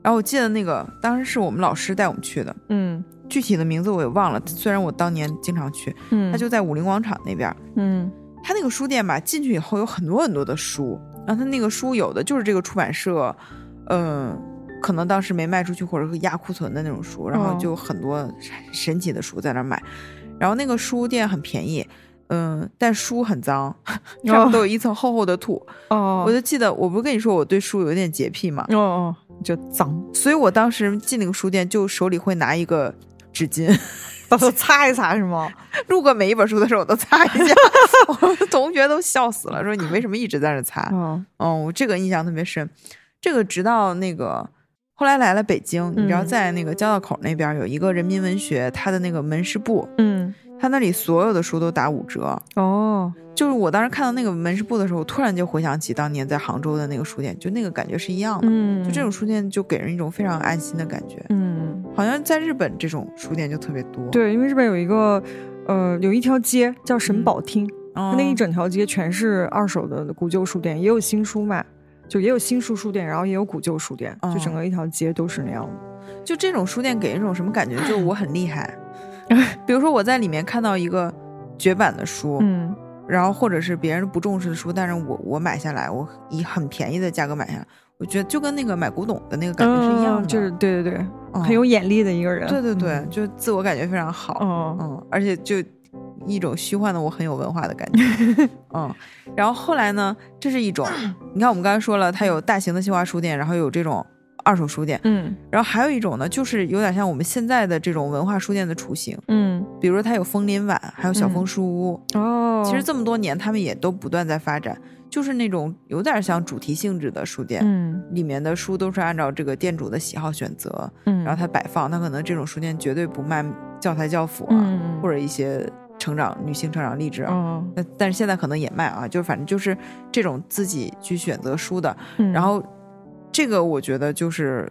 C: 然后我记得那个当时是我们老师带我们去的，
D: 嗯
C: 具体的名字我也忘了。虽然我当年经常去，
D: 嗯，
C: 他就在武林广场那边儿。
D: 嗯
C: 他那个书店吧，进去以后有很多很多的书，然后他那个书有的就是这个出版社，嗯、可能当时没卖出去或者是压库存的那种书，然后
D: 哦
C: 就很多神神奇的书在那儿买，然后那个书店很便宜，嗯，但书很脏， 上面都有一层厚厚的土。
D: 哦
C: 我就记得，我不是跟你说我对书有点洁癖嘛，
D: 哦哦，就脏，
C: 所以我当时进那个书店，就手里会拿一个纸巾，
D: 到时候擦一擦是吗？
C: 路过每一本书的时候，我都擦一 下。我们同学都笑死了，说你为什么一直在那擦？
D: 嗯
C: 嗯，我这个印象特别深。这个直到那个后来来了北京，你知道
D: 嗯
C: 在那个交道口那边有一个人民文学，它的那个门市部，
D: 嗯，
C: 它那里所有的书都打五折。
D: 哦，
C: 就是我当时看到那个门市部的时候，我突然就回想起当年在杭州的那个书店，就那个感觉是一样的。
D: 嗯，
C: 就这种，书店就给人一种非常安心的感觉，
D: 嗯。
C: 好像在日本这种书店就特别多。，
D: 对，因为日本有一个，呃，有一条街叫
C: 嗯
D: 神保町，它
C: 嗯、
D: 那一整条街全是二手的古旧书店，也有新书卖，就也有新书书店，然后也有古旧书店，就整
C: 哦
D: 个一条街都是那样的。
C: 就这种书店给人一种什么感觉？就是我很厉 害。比如说我在里面看到一个绝版的书，
D: 嗯
C: 然后或者是别人不重视的书，但是我我买下来，我以很便宜的价格买下来，我觉得就跟那个买古董的那个感觉是一样的，
D: 嗯就是对对对，
C: 嗯
D: 很有眼力的一个人。
C: 对对对，
D: 嗯，
C: 就自我感觉非常好，
D: 哦
C: 嗯，而且就一种虚幻的我很有文化的感 觉，嗯。然后后来呢，这是一种，你看我们刚才说了，它有大型的新华书店，然后有这种二手书店，
D: 嗯
C: 然后还有一种呢，就是有点像我们现在的这种文化书店的雏形，
D: 嗯，
C: 比如说它有枫林晚，还有小枫书屋。
D: 哦，
C: 其实这么多年，他们也都不断在发展，就是那种有点像主题性质的书店。
D: 嗯
C: 里面的书都是按照这个店主的喜好选择，
D: 嗯，
C: 然后它摆放，那可能这种书店绝对不卖教材教辅啊，
D: 嗯
C: 或
D: 者
C: 者一些成长女性成长励志啊。
D: 嗯
C: 那但是现在可能也卖啊，就是反正就是这种自己去选择书的。
D: 嗯，
C: 然后这个我觉得就是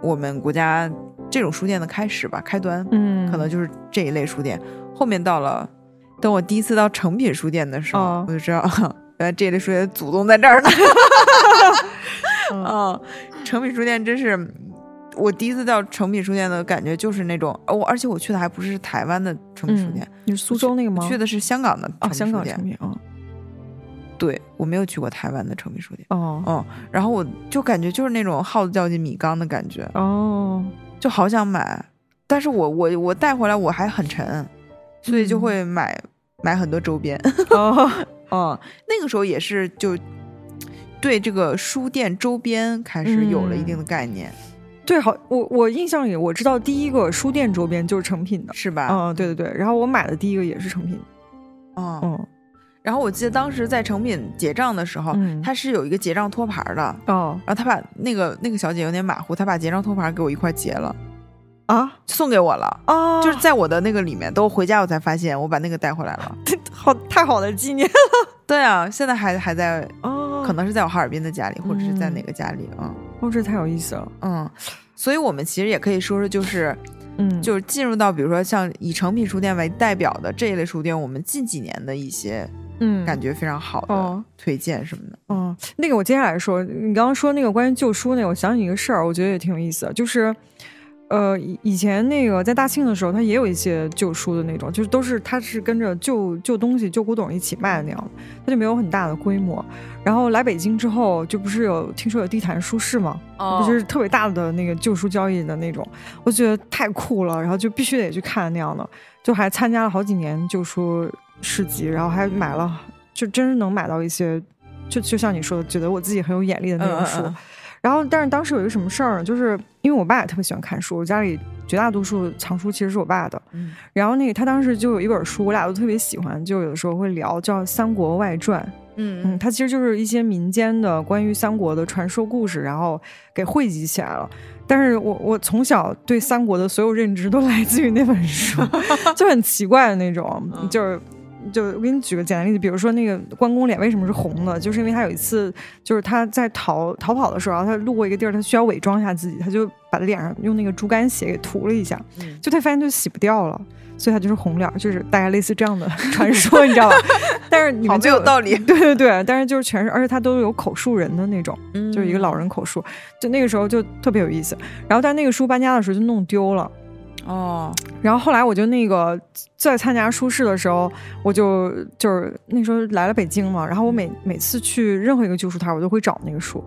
C: 我们国家这种书店的开始吧，开端，
D: 嗯，
C: 可能就是这一类书店。后面到了，等我第一次到诚品书店的时候，
D: 哦
C: 我就知道， 原来这一类书店的祖宗在这儿呢。
D: 嗯
C: 嗯，诚品书店真是我第一次到诚品书店的感觉就是那种，哦，而且我去的还不是台湾的诚品书店，
D: 嗯你是苏州那个
C: 我
D: 吗？
C: 去的是香港的
D: 哦，
C: 诚品
D: 香
C: 书
D: 港
C: 店
D: 成品啊，
C: 对我没有去过台湾的诚品书店。
D: 哦
C: 嗯，然后我就感觉就是那种耗子掉进米缸的感觉，
D: 哦，
C: 就好想买，但是我我我带回来我还很沉，所以就会买、买很多周 边。
D: 哦，
C: 嗯，那个时候也是就对这个书店周边开始有了一定的概念，
D: 对，好，我我印象里我知道第一个书店周边就是成品的，
C: 是吧？
D: 嗯、对对对，然后我买的第一个也是成品，
C: 嗯
D: 嗯
C: 然后我记得当时在成品结账的时候，
D: 嗯
C: 它是有一个结账托盘儿的，
D: 哦
C: 然后他把那个那个小姐有点马虎，她把结账托盘儿给我一块结了，
D: 啊
C: 送给我了。
D: 啊，
C: 就是在我的那个里面，都回家我才发现，我把那个带回来了。
D: 好太好的纪念
C: 对啊，现在还还在，
D: 哦
C: 可能是在我哈尔滨的家里，或者是在
D: 嗯
C: 哪个家里，嗯
D: 哦，这太有意思了，
C: 嗯。所以我们其实也可以说说，就是
D: 嗯，
C: 就是进入到比如说像以诚品书店为代表的这一类书店，我们近几年的一些
D: 嗯
C: 感觉非常好的
D: 哦
C: 推荐什么的。
D: 嗯，那个我接下来说，你刚刚说那个关于旧书那个，我想起一个事儿，我觉得也挺有意思的，就是。呃，以以前那个在大庆的时候，它也有一些旧书的那种，就是都是它是跟着旧旧东西、旧古董一起卖的那样的，它就没有很大的规模。然后来北京之后，就不是有听说有地坛书市吗？
C: 哦
D: 就是特别大的那个旧书交易的那种，我觉得太酷了，然后就必须得去看那样的，就还参加了好几年旧书市集，然后还买了，就真是能买到一些，就就像你说的，觉得我自己很有眼力的那种书。
C: 嗯嗯嗯
D: 然后，但是当时有一个什么事儿呢？就是因为我爸也特别喜欢看书，我家里绝大多数藏书其实是我爸的。
C: 嗯
D: 然后那个他当时就有一本书，我俩都特别喜欢，就有的时候会聊，叫《三国外传》。嗯，
C: 嗯
D: 它其实就是一些民间的关于三国的传说故事，然后给汇集起来了。但是我我从小对三国的所有认知都来自于那本书， 就很奇怪的那种，
C: 嗯
D: 就是。就我给你举个简单例子，比如说那个关公脸为什么是红的，就是因为他有一次，就是他在逃逃跑的时候，然后他路过一个地儿，他需要伪装一下自己，他就把他脸上用那个猪肝血给涂了一下，
C: 嗯
D: 就他发现就洗不掉了，所以他就是红脸儿，就是大概类似这样的 传说，你知道吧？ 但是你
C: 好
D: 们
C: 没
D: 就
C: 有道理
D: 对对对，但是就是全是，而且他都有口述人的那种，
C: 嗯
D: 就是一个老人口述，就那个时候就特别有意思。然后但那个书搬家的时候就弄丢了，
C: 哦，
D: 然后后来我就那个在参加书市的时候，我就就是那时候来了北京嘛，然后我每每次去任何一个旧书摊儿，我都会找那个书，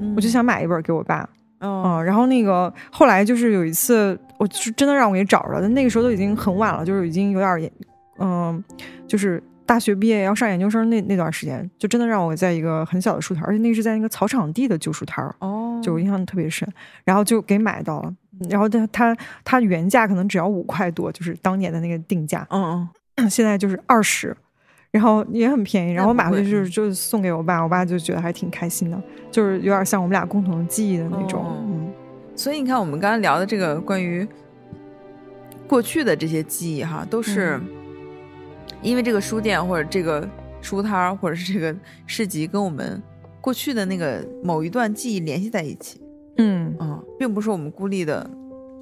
C: 嗯
D: 我就想买一本给我爸，
C: 哦
D: 嗯，然后那个后来就是有一次，我是真的让我给找着了，但那个时候都已经很晚了，就是已经有点儿也，嗯、就是。大学毕业要上研究生那那段时间，就真的让我在一个很小的书摊儿，而且那个是在那个草场地的旧书摊儿，
C: 哦
D: 嗯就我印象特别深，然后就给买到了。然后它它它原价可能只要五块多，就是当年的那个定价，
C: 嗯嗯，
D: 现在就是二十，然后也很便宜。然后我
C: 那
D: 买
C: 不贵
D: 回
C: 嗯
D: 去就是就是送给我爸，我爸就觉得还挺开心的，就是有点像我们俩共同记忆的那种。
C: 哦
D: 嗯，
C: 所以你看，我们刚刚聊的这个关于过去的这些记忆哈，都是
D: 嗯
C: 因为这个书店或者这个书摊儿或者是这个市集跟我们过去的那个某一段记忆联系在一起。
D: 嗯，
C: 嗯，并不是我们孤立的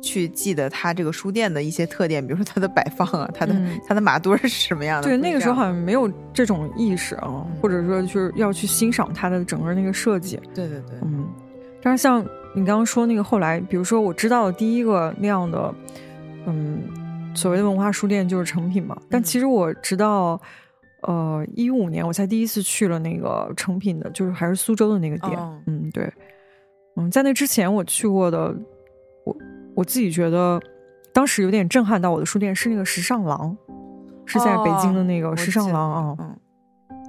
C: 去记得它这个书店的一些特点，比如说它的摆放啊，它的、
D: 嗯
C: 它的马墩儿是什么样的。
D: 对，
C: 不是
D: 那个
C: 这
D: 时
C: 样
D: 候好像没有这种意识啊，或者说就是要去欣赏它的整个那个设计。
C: 对对对，
D: 嗯，但是像你刚刚说那个后来，比如说我知道的第一个那样的，嗯，所谓的文化书店就是成品嘛。但
C: 嗯
D: 其实我直到呃一五年我才第一次去了那个成品的，就是还是苏州的那个店。
C: 哦
D: 嗯，对，嗯，在那之前我去过的，我我自己觉得当时有点震撼到我的书店是那个时尚廊，是在北京的那
C: 哦
D: 个
C: 我
D: 时尚
C: 记得
D: 廊啊，
C: 嗯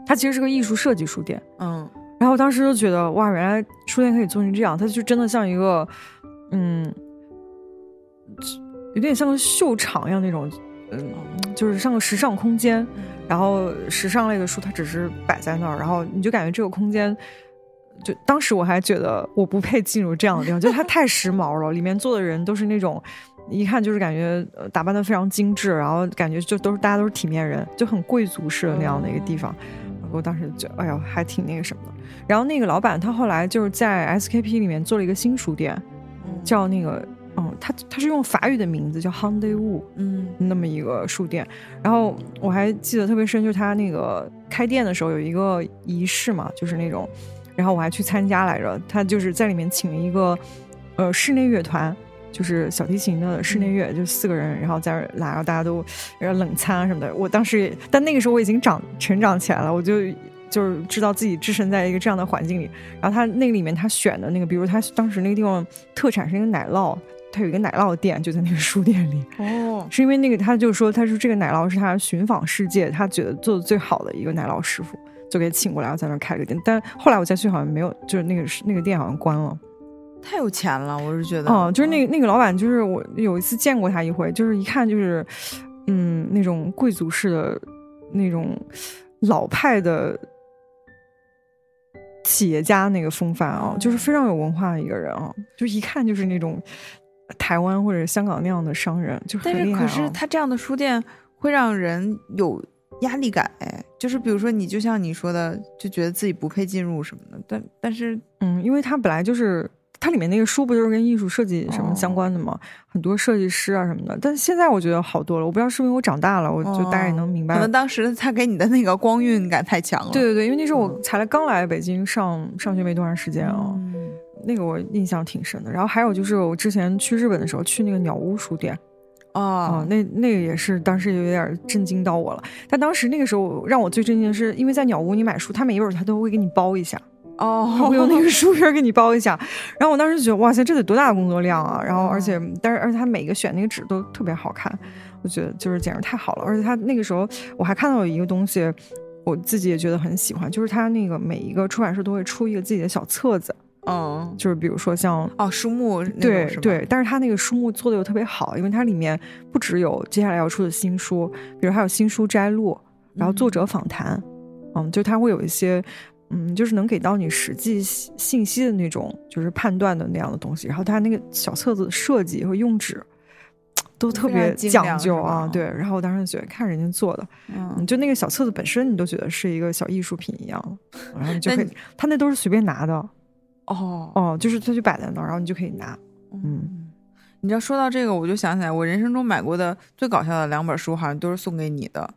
D: 它其实是个艺术设计书店。
C: 嗯
D: 然后我当时就觉得哇，原来书店可以做成这样，它就真的像一个，嗯，有点像个秀场一样那种，嗯，就是像个时尚空间。然后时尚类的书它只是摆在那儿，然后你就感觉这个空间。就当时我还觉得我不配进入这样的地方，就是它太时髦了，里面坐的人都是那种一看就是感觉呃打扮的非常精致，然后感觉就都是大家都是体面人，就很贵族式的那样的一个地方。我当时就觉得，哎呦，还挺那个什么的。然后那个老板他后来就是在 SKP 里面做了一个新书店，叫那个，嗯，他他是用法语的名字叫 h o n d a y Wu
C: 嗯
D: 那么一个书店。然后我还记得特别深，就是他那个开店的时候有一个仪式嘛，就是那种，然后我还去参加来着。他就是在里面请了一个呃室内乐团。就是小提琴的室内乐，就四个人，然后在那儿来，然后大家都然后冷餐啊什么的。我当时也，但那个时候我已经长成长起来了，我就就是知道自己置身在一个这样的环境里。然后他那个里面他选的那个，比如他当时那个地方特产是一个奶酪，他有一个奶酪店就在那个书店里，
C: 哦
D: 是因为那个他就说他说这个奶酪是他寻访世界他觉得做的最好的一个奶酪师傅，就给请过来，然后在那儿开了个店。但后来我再去好像没有，就是那个那个店好像关了。
C: 太有钱了，我是觉得
D: 哦，就是那个那个老板，就是我有一次见过他一回，就是一看就是，嗯，那种贵族式的那种老派的企业家那个风范啊，
C: 嗯
D: 就是非常有文化的一个人啊，就一看就是那种台湾或者香港那样的商人，就很
C: 但是
D: 厉害、
C: 可
D: 啊。
C: 是它这样的书店会让人有压力感，哎，就是比如说你就像你说的，就觉得自己不配进入什么的，但但是
D: 嗯，因为它本来就是它里面那个书不就是跟艺术设计什么相
C: 哦
D: 关的吗？很多设计师啊什么的。但现在我觉得好多了，我不知道是不是因为我长大了，我就大概也
C: 哦
D: 能明白
C: 可
D: 了
C: 能。当时他给你的那个光晕感太强了。
D: 对对对，因为那时候我
C: 嗯
D: 才来刚来北京上上学没多长时间啊、
C: 嗯，
D: 那个我印象挺深的。然后还有就是我之前去日本的时候去那个鸟屋书店啊、
C: 哦，
D: 那那个也是当时有点震惊到我了。但当时那个时候让我最震惊的是，因为在鸟屋你买书，他每一本他都会给你包一下，他
C: 哦，
D: 会用那个书皮儿给你包一下。然后我当时觉得哇塞，这得多大的工作量啊！然后而且但是而且他每个选那个纸都特别好看，我觉得就是简直太好了。而且他那个时候我还看到有一个东西，我自己也觉得很喜欢，就是他那个每一个出版社都会出一个自己的小册子，
C: 嗯，
D: 就是比如说像。
C: 哦，书目那种
D: 对
C: 是吧
D: 对，但是他那个书目做的又特别好，因为它里面不只有接下来要出的新书，比如还有新书摘录，然后作者访谈，嗯就它会有一些，嗯，就是能给到你实际信信息的那种，就是判断的那样的东西。然后它那个小册子设计和用纸都特
C: 非常
D: 别
C: 精
D: 讲
C: 良
D: 究
C: 是吧
D: 啊，对。然后我当时觉得看人家做的，
C: 嗯
D: 嗯，就那个小册子本身你都觉得是一个小艺术品一样，然后你就
C: 那
D: 可以
C: 你，
D: 它那都是随便拿的，
C: 哦
D: 哦，就是它就摆在那儿，然后你就可以拿，嗯。
C: 你知道说到这个，我就想起来，我人生中买过的最搞笑的两本书，好像都是送给你 的。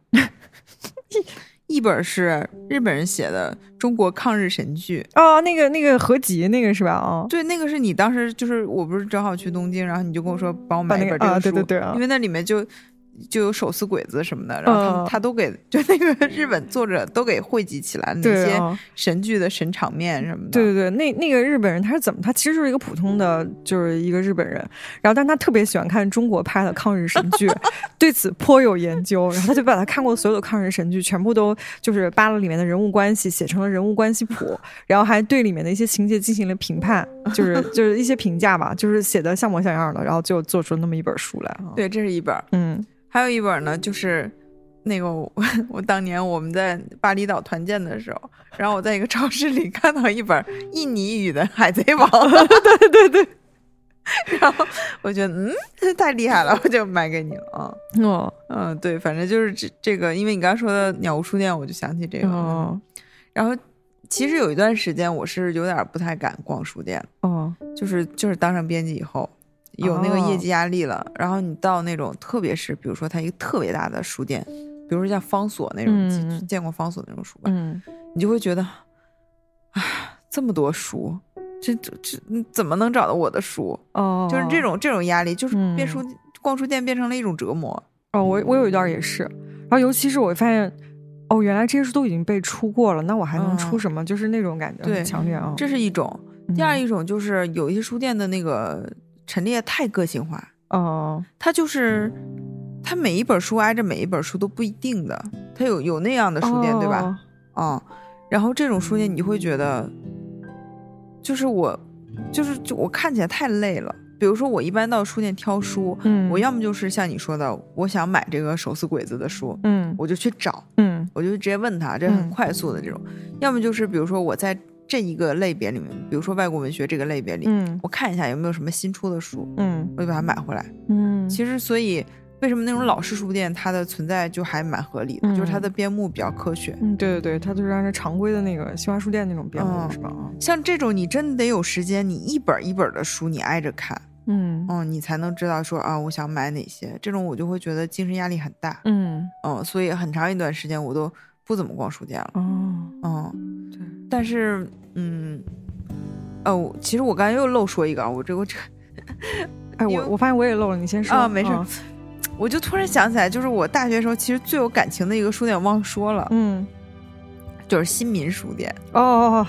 C: 一一本是日本人写的《中国抗日神剧》，
D: 哦，那个那个合集那个是吧？哦，
C: 对，那个是你当时就是我不是正好去东京，然后你就跟我说帮我买
D: 把
C: 一
D: 那
C: 本
D: 个
C: 这个书，
D: 啊对对对啊
C: 因为那里面就就有手撕鬼子什么的，然后他们
D: 嗯
C: 他都给就那个 日本作者都给汇集起来了那
D: 对
C: 些
D: 啊
C: 神剧的神场面什么的。
D: 对对对，那那个日本人他是怎么？他其实就是一个普通的，就是一个日本人。然后，但他特别喜欢看中国拍的抗日神剧， 对此颇有研究。然后他就把他看过所有的抗日神剧全部都就是扒了里面的人物关系，写成了人物关系谱，然后还对里面的一些情节进行了评判，就是就是一些评价吧，就是写的像模像样的，然后就做出那么一本书来啊。，
C: 对，这是一本儿，
D: 嗯
C: 还有一本儿呢，就是那个我 我当年我们在巴厘岛团建的时候，然后我在一个超市里看到一本印尼语的《海贼王》，对对对，然后我觉得嗯太厉害了，我就买给你了啊。
D: 哦
C: 嗯，对，反正就是这这个，因为你刚刚说的鸟屋书店，我就想起这个了。
D: 哦
C: 然后其实有一段时间我是有点不太敢逛书店，
D: 哦，
C: 就是就是当上编辑以后有那个
D: 哦
C: 业绩压力了，然后你到那种特别是比如说它一个特别大的书店，比如说像方所那种，
D: 嗯
C: 见过方所那种书吧，
D: 嗯
C: 你就会觉得，啊，这么多书。这这这嗯怎么能找到我的书？
D: 哦，
C: 就是这种这种压力，就是变
D: 嗯
C: 书、逛书店变成了一种折磨。
D: 哦，我我有一段儿也是，
C: 嗯
D: 然后尤其是我发现，哦，原来这些书都已经被出过了，那我还能出
C: 嗯
D: 什么？就是那种感觉
C: 对
D: 很强烈啊。
C: 这是一种。第
D: 嗯
C: 二一种就是有一些书店的那个陈列太个性化，
D: 哦
C: 它就是它每一本书挨着每一本书都不一定的，它有有那样的书店、对
D: 哦
C: 吧？？啊、然后这种书店你会觉得，就是我就是就我看起来太累了。比如说我一般到书店挑书，
D: 嗯
C: 我要么就是像你说的，我想买这个手撕鬼子的书，
D: 嗯
C: 我就去找，
D: 嗯
C: 我就直接问他，这很
D: 嗯
C: 快速的这种。要么就是比如说我在这一个类别里面，比如说外国文学这个类别里，
D: 嗯
C: 我看一下有没有什么新出的书，
D: 嗯
C: 我就把它买回来。
D: 嗯，
C: 其实，所以为什么那种老式书店它的存在就还蛮合理的，
D: 嗯
C: 就是它的编目比较科学。
D: 嗯对对对，它就是按照常规的那个新华书店那种编
C: 嗯
D: 码是吧？啊
C: 像这种你真的得有时间，你一本一本的书你挨着看，
D: 嗯
C: 嗯，你才能知道说啊，我想买哪些。这种我就会觉得精神压力很大，
D: 嗯
C: 嗯，所以很长一段时间我都不怎么逛书店了。
D: 哦
C: 嗯，
D: 对
C: 但是，嗯，哦，我其实我刚才又漏说一个啊，我这我这
D: 哎
C: 因
D: 我
C: 为
D: 我发现我也漏了，你先说
C: 啊没事儿我就突然想起来，就是我大学时候其实最有感情的一个书店，我忘说了，
D: 嗯
C: 就是新民书店，
D: 哦哦哦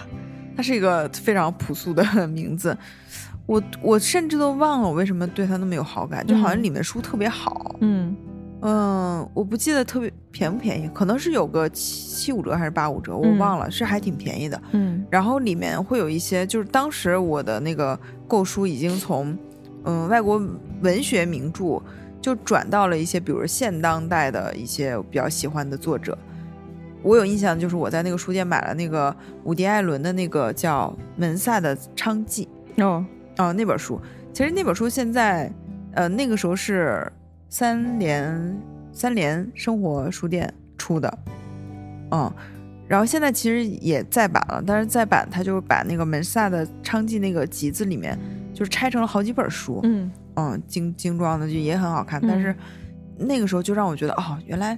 C: 它是一个非常朴素的名字。 我我甚至都忘了我为什么对它那么有好感，就好像
D: 嗯
C: 里面书特别好，
D: 嗯
C: 嗯我不记得特别便不便宜，可能是有个七七五折还是八五折，我
D: 嗯
C: 忘了，是还挺便宜的。
D: 嗯
C: 然后里面会有一些，就是当时我的那个购书已经从嗯、外国文学名著就转到了一些，比如现当代的一些我比较喜欢的作者。我有印象，就是我在那个书店买了那个伍迪·艾伦的那个叫《门萨的娼妓》
D: 哦
C: 啊、那本书。其实那本书现在，呃，那个时候是三联三联生活书店出的，嗯，然后现在其实也再版了，但是再版它就是把那个门萨的娼妓那个集子里面，就是拆成了好几本书，
D: 嗯
C: 嗯，精精装的就也很好看，但
D: 嗯
C: 是那个时候就让我觉得哦，原来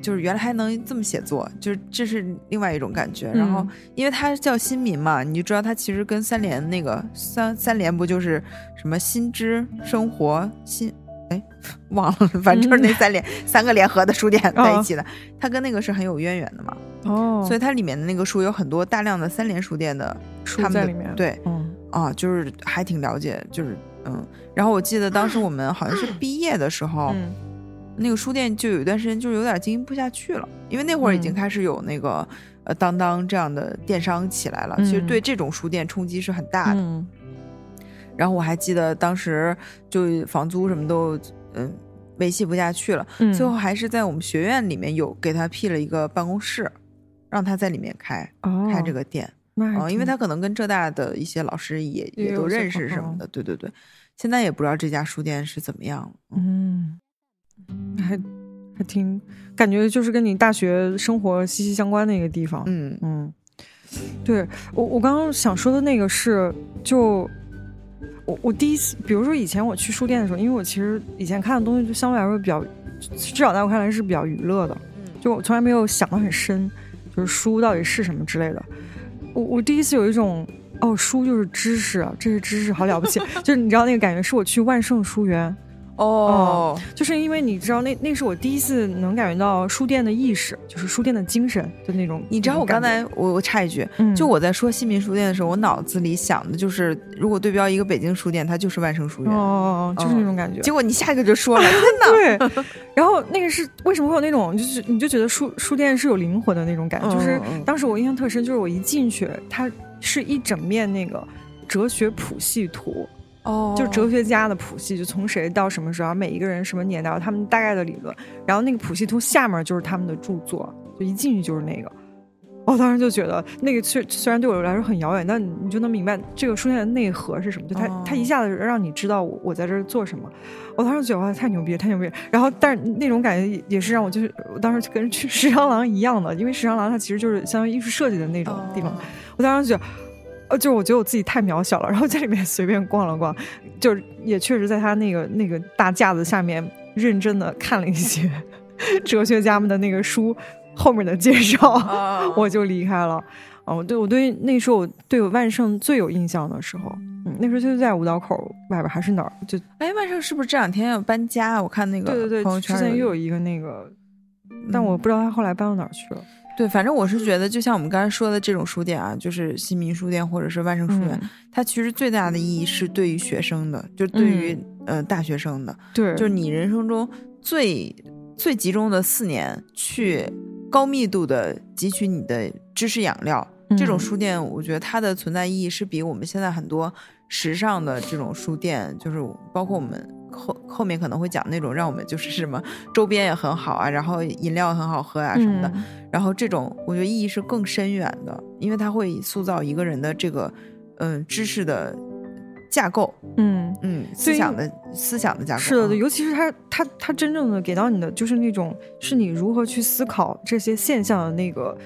C: 就是原来还能这么写作，就是这是另外一种感觉。然后
D: 嗯
C: 因为它叫新民嘛，你就知道它其实跟三联那个三三联不就是什么新知生活新。哎，忘了，反正就是
D: 嗯
C: 那三联、三个联合的书店在一起的，它跟那个是很有渊源的嘛，
D: 哦，
C: 所以它里面的那个书有很多大量的三联书店的
D: 书
C: 他们
D: 在
C: 的
D: 里面
C: 对，
D: 嗯
C: 啊，就是还挺了解，就是嗯。然后我记得当时我们好像是毕业的时候，
D: 嗯
C: 那个书店就有一段时间就有点经营不下去了，因为那会儿已经
D: 嗯
C: 开始有那个、呃当当这样的电商起来了，其实
D: 嗯
C: 对这种书店冲击是很大的。
D: 嗯
C: 然后我还记得当时就房租什么都嗯。维系不下去了，
D: 嗯
C: 最后还是在我们学院里面有给他辟了一个办公室，让他在里面开
D: 哦
C: 开这个店。
D: 那
C: 啊、
D: 还
C: 因为
D: 挺
C: 他可能跟浙大的一些老师也
D: 嗯也
C: 也
D: 有
C: 都
D: 些
C: 认
D: 朋
C: 识什么
D: 友
C: 的，对对对。现在也不知道这家书店是怎么样了。嗯
D: 嗯，还还挺感觉就是跟你大学生活息息相关的一个地方。
C: 嗯
D: 嗯，对我我刚刚想说的那个是，就我我第一次，比如说以前我去书店的时候，因为我其实以前看的东西就相对来说比较，至少在我看来是比较娱乐的，
C: 嗯
D: 就我从来没有想得很深，就是书到底是什么之类的。我我第一次有一种。 哦，书就是知识，啊，这是知识，好了不起！就是你知道那个感觉，是我去万圣书园，
C: 哦，
D: 就是因为你知道那那是我第一次能感觉到书店的意识，就是书店的精神，就那种。
C: 你知道我
D: 那
C: 刚
D: 种感觉
C: 才我我插一句，
D: 嗯
C: 就我在说新民书店的时候，我脑子里想的就是，如果对标一个北京书店，它就是万盛书
D: 哦
C: 院。
D: 哦哦，就是那种感觉。
C: 结果你下一个就说了，真的，
D: 对，然后那个是为什么会有那种，就是你就觉得书书店是有灵魂的那种感觉，就是
C: 嗯嗯嗯
D: 当时我印象特深，就是我一进去，它是一整面那个哲学谱系图，
C: 哦
D: 就哲学家的谱系，就从谁到什么时候，每一个人什么年代，他们大概的理论，然后那个谱系图下面就是他们的著作，就一进去就是那个。我当时就觉得那个虽虽然对我来说很遥远，但你你就能明白这个书店的内核是什么。就它、
C: 哦
D: 它一下子让你知道我我在这儿做什么。我当时觉得哇，太牛逼了，太牛逼了。然后，但是那种感觉也也是让我就是我当时就跟去十张廊一样的，因为十张廊它其实就是相当于艺术设计的那种地方。我当时觉得，呃，就是我觉得我自己太渺小了，然后在里面随便逛了逛，就是也确实在他那个那个大架子下面认真的看了一些 哲学家们的那个书后面的介绍，
C: 哦
D: 我就离开了。哦，我对我对那时候我对我万盛最有印象的时候，嗯，那时候就在五道口外边还是哪儿，就
C: 哎，万盛是不是这两天要搬家？我看那个
D: 对对
C: 朋友
D: 对，
C: 圈
D: 之
C: 儿
D: 前又
C: 有嗯
D: 有一个那个，嗯但我不知道他后来搬到哪儿去了。
C: 对，反正我是觉得，就像我们刚才说的这种书店啊，就是新民书店或者是万盛书院，
D: 嗯
C: 它其实最大的意义是对于学生的，就是对于、呃大学生的，
D: 对，
C: 就是你人生中最最集中的四年，去高密度的汲取你的知识养料。这种
D: 嗯
C: 书店，我觉得它的存在意义是比我们现在很多时尚的这种书店，就是包括我们后后面可能会讲那种让我们就是什么周边也很好啊，然后饮料很好喝啊什么的，
D: 嗯
C: 然后这种我觉得意义是更深远的，因为它会塑造一个人的这个嗯知识的架构，
D: 嗯，
C: 嗯思
D: 对
C: 想的思想的架构。
D: 是的，
C: 嗯
D: 尤其是他他他真正的给到你的就是那种是你如何去思考这些现象的那个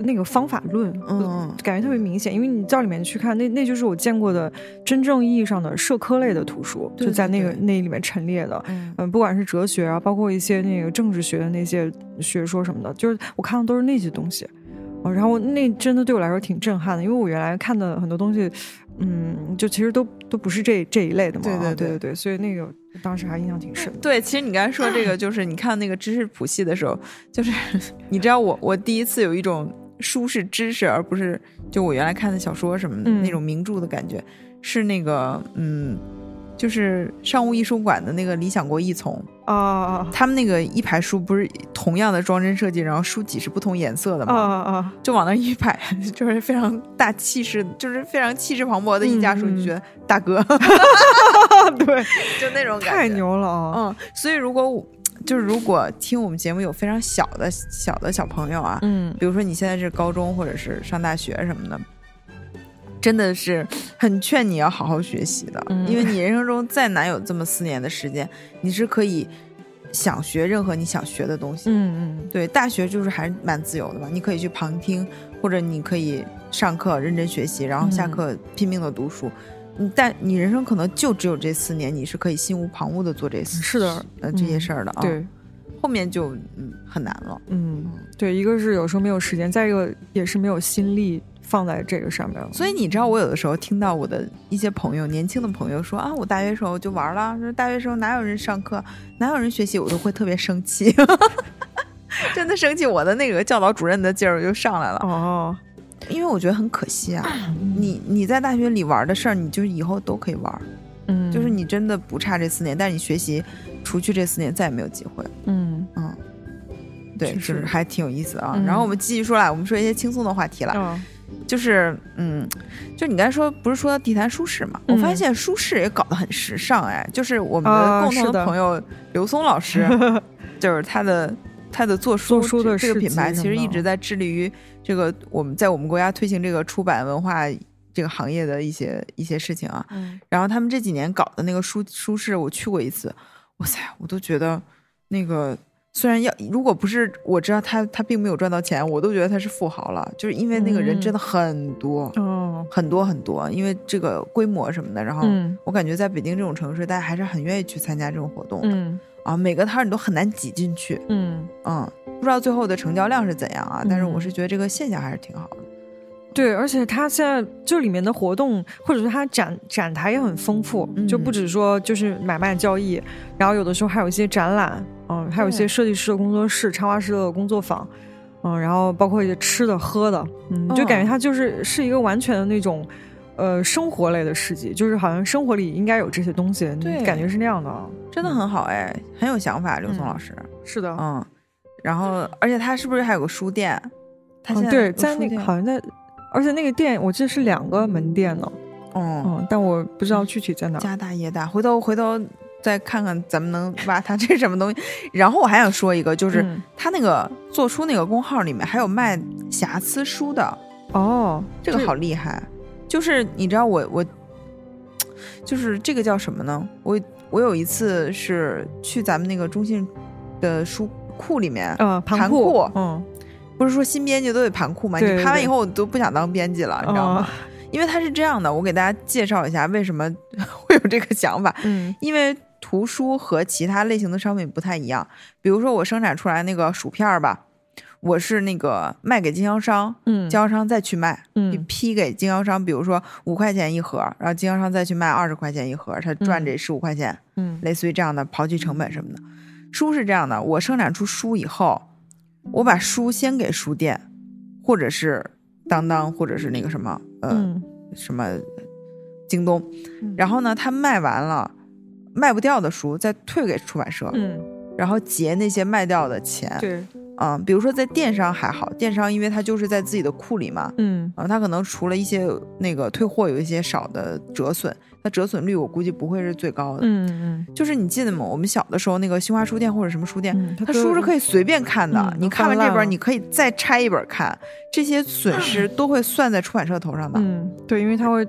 D: 那个方法论，
C: 嗯
D: 呃
C: 嗯
D: 感觉特别明显。因为你到里面去看，那那就是我见过的真正意义上的社科类的图书，
C: 对
D: 就在
C: 对
D: 那个
C: 对
D: 那里面陈列的。
C: 嗯
D: 嗯，不管是哲学啊，包括一些那个政治学的那些学说什么的，就是我看的都是那些东西。哦，然后那真的对我来说挺震撼的，因为我原来看的很多东西，嗯，就其实都都不是这这一类的嘛。
C: 对对
D: 啊对
C: 对
D: 对，所以那个当时还印象挺深的。
C: 对，其实你刚才说这个，就是你看那个知识谱系的时候，就是 你知道我我第一次有一种书是知识，而不是就我原来看的小说什么的、
D: 嗯
C: 那种名著的感觉，是那个嗯，就是商务艺术馆的那个理想国一丛，
D: 啊
C: 他们那个一排书不是同样的装帧设计，然后书籍是不同颜色的
D: 啊
C: 嘛，
D: 啊！
C: 就往那一摆， 就是非常大气势，就是非常气势磅礴的一家书，
D: 嗯
C: 你就觉得大哥
D: 啊， 对，
C: 就那种感觉，
D: 太牛了啊！
C: 嗯，所以如果我就是如果听我们节目有非常小的小的小朋友啊，
D: 嗯
C: 比如说你现在是高中或者是上大学什么的，真的是很劝你要好好学习的，
D: 嗯
C: 因为你人生中再难有这么四年的时间，你是可以想学任何你想学的东西。
D: 嗯
C: 对，大学就是还是蛮自由的吧，你可以去旁听，或者你可以上课认真学习，然后下
D: 嗯
C: 课拼命的读书。你但你人生可能就只有这四年，你是可以心无旁骛的做这四
D: 是的
C: 呃这些
D: 嗯
C: 事儿的啊。
D: 嗯，，对，
C: 后面就嗯很难了。
D: 嗯对，一个是有时候没有时间，再一个也是没有心力放在这个上面了。
C: 所以你知道，我有的时候听到我的一些朋友，年轻的朋友说啊，我大学时候就玩了，说大学时候哪有人上课，哪有人学习，我都会特别生气， 真的生气，我的那个教导主任的劲儿就上来了。
D: 哦，
C: 因为我觉得很可惜啊，你你在大学里玩的事儿，你就是以后都可以玩儿，
D: 嗯，
C: 就是你真的不差这四年，但是你学习，除去这四年再也没有机会了。
D: 嗯
C: 嗯，对，
D: 确实
C: 就是还挺有意思啊。
D: 嗯
C: 然后我们继续说来，我们说一些轻松的话题了，
D: 啊，
C: 就是嗯，就你刚才说不是说地毯舒适嘛？
D: 嗯
C: 我发现舒适也搞得很时尚哎，就是我们
D: 啊
C: 的共
D: 是
C: 同的
D: 的
C: 朋友刘松老 师，就是他的他的做书
D: 做书的
C: 这这个
D: 市集
C: 品牌，其实
D: 什么的
C: 一直在致力于这个我们在我们国家推行这个出版文化这个行业的一些一些事情啊。
D: 嗯
C: 然后他们这几年搞的那个书书市，我去过一次，哇塞，我都觉得那个虽然要如果不是我知道他他并没有赚到钱，我都觉得他是富豪了，就是因为那个人
D: 嗯
C: 真的很多、
D: 哦，
C: 很多很多，因为这个规模什么的，然后。
D: 嗯
C: 我感觉在北京这种城市，大家还是很愿意去参加这种活动的、
D: 嗯
C: 啊，每个摊儿你都很难挤进去，
D: 嗯，
C: 嗯，不知道最后的成交量是怎样啊，但是我
D: 嗯
C: 是觉得这个现象还是挺好的。
D: 对，而且它现在就里面的活动，或者说它展展台也很丰富，
C: 嗯
D: 就不只说就是买卖交易，然后有的时候还有一些展览，嗯，还有一些
C: 对
D: 设计师的工作室、插画师的工作坊，嗯，然后包括一些吃的、喝的，嗯，就感
C: 嗯
D: 觉它就是是一个完全的那种。呃，生活类的市集，就是好像生活里应该有这些东西，你
C: 对
D: 感觉是那样的啊。
C: 真的很好哎，很有想法，刘松
D: 嗯
C: 老师。
D: 是的，
C: 嗯，然后而且他是不是还有个书店？他现
D: 嗯
C: 在、
D: 对，在那个好，像在，而且那个店我记得是两个门店呢，
C: 嗯，
D: 嗯，但我不知道具体在哪儿。
C: 家大业大，回头回头再看看咱们 能挖他这是什么东西。然后我还想说一个，就是、
D: 嗯
C: 他那个做出那个工号里面还有卖瑕疵书的，
D: 哦，
C: 这个好厉害。就是你知道我我，就是这个叫什么呢？我我有一次是去咱们那个中信的书库里面，
D: 呃，
C: 盘
D: 盘
C: 库
D: 嗯，
C: 不是说新编辑都得盘库吗？
D: 对
C: 你盘完
D: 对
C: 以后，我都不想当编辑了，
D: 嗯哦
C: 你知道吗？因为它是这样的，我给大家介绍一下为什么 会有这个想法。
D: 嗯
C: 因为图书和其他类型的商品不太一样，比如说我生产出来那个薯片儿吧，我是那个卖给经销商，
D: 嗯
C: 经销商再去卖，
D: 嗯
C: 批给经销商，比如说五块钱一盒，然后经销商再去卖二十块钱一盒，他赚这十五块钱，
D: 嗯
C: 类似于这样的刨去成本什么的。书是这样的，我生产出书以后，我把书先给书店，或者是当当，或者是那个什么，呃，
D: 嗯
C: 什么京东
D: 嗯，
C: 然后呢，他卖完了卖不掉的书再退给出版社，
D: 嗯，
C: 然后结那些卖掉的钱。
D: 对，
C: 嗯，比如说在电商还好，电商因为它就是在自己的库里嘛，
D: 嗯
C: 啊，它可能除了一些那个退货有一些少的折损，它折损率我估计不会是最高的。
D: 嗯嗯
C: 就是你记得吗？我们小的时候那个新华书店或者什么书店，
D: 嗯，
C: 它书是可
D: 以，
C: 以随便看的，
D: 嗯
C: 你看完
D: 翻烂
C: 这本儿
D: 了
C: 你可以再拆一本儿看，这些损 失都会算在出版社头上的。
D: 嗯，对，因为它会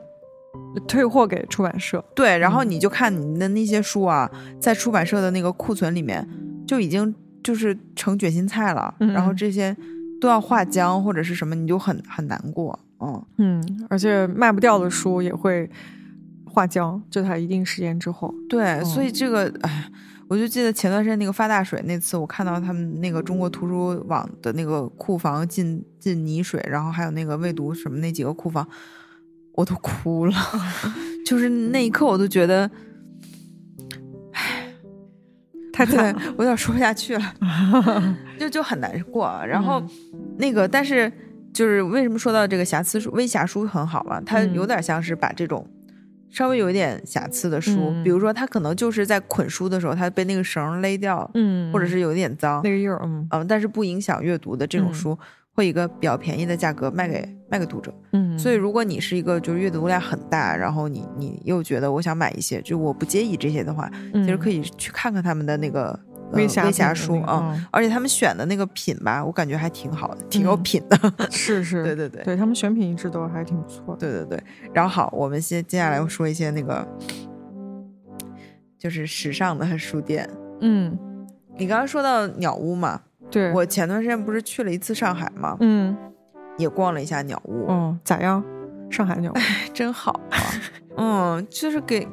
D: 退货给出版社，
C: 对，然后
D: 嗯
C: 你就看你的那些书啊，在出版社的那个库存里面，就已经就是成卷心菜了，然后
D: 嗯嗯
C: 这些都要化浆或者是什么，你就很很难过。嗯，
D: 嗯，而且卖不掉的书也会化浆，就它一定时间之后，
C: 对，所以这
D: 嗯
C: 个，哎，我就记得前段时间那个发大水那次，我看到他们那个中国图书网的那个库房进进泥水，然后还有那个未读什么那几个库房，我都哭 了，就是那一刻我都觉得。
D: 太惨
C: 对
D: 了，
C: 我有点说不下去了，就就很难过。啊然后、
D: 嗯
C: 那个，但是就是为什么说到这个瑕疵书、微瑕书很好嘛？它
D: 嗯
C: 有点像是把这种稍微有一点瑕疵的书，
D: 嗯
C: 比如说它可能就是在捆书的时候，它被那个绳儿勒掉，
D: 嗯，
C: 或者是有一点脏，
D: 那个印儿，嗯
C: 嗯、但是不影响阅读的这种
D: 嗯
C: 书，会以一个比较便宜的价格卖给卖给读者。
D: 嗯，
C: 所以，如果你是一个就是阅读量很大，然后你你又觉得我想买一些，就我不介意这些的话，
D: 其
C: 其实可以去看看他们的那个、呃、
D: 嗯微
C: 微
D: 瑕品的
C: 书
D: 那个
C: 啊、
D: 嗯
C: 而且他们选的那个品吧，我感觉还挺好的，挺有
D: 嗯
C: 品的。
D: 是 是，
C: 对对对
D: 对他们选品一直都还挺不错的，
C: 对对对。然后好，我们先接下来我说一些那个就是时尚的书店。
D: 嗯，
C: 你刚刚说到鸟屋嘛，
D: 对，
C: 我前段时间不是去了一次上海嘛，
D: 嗯
C: 也逛了一下鸟屋，
D: 嗯，咋样？上海鸟，
C: 真好啊。嗯，就是给。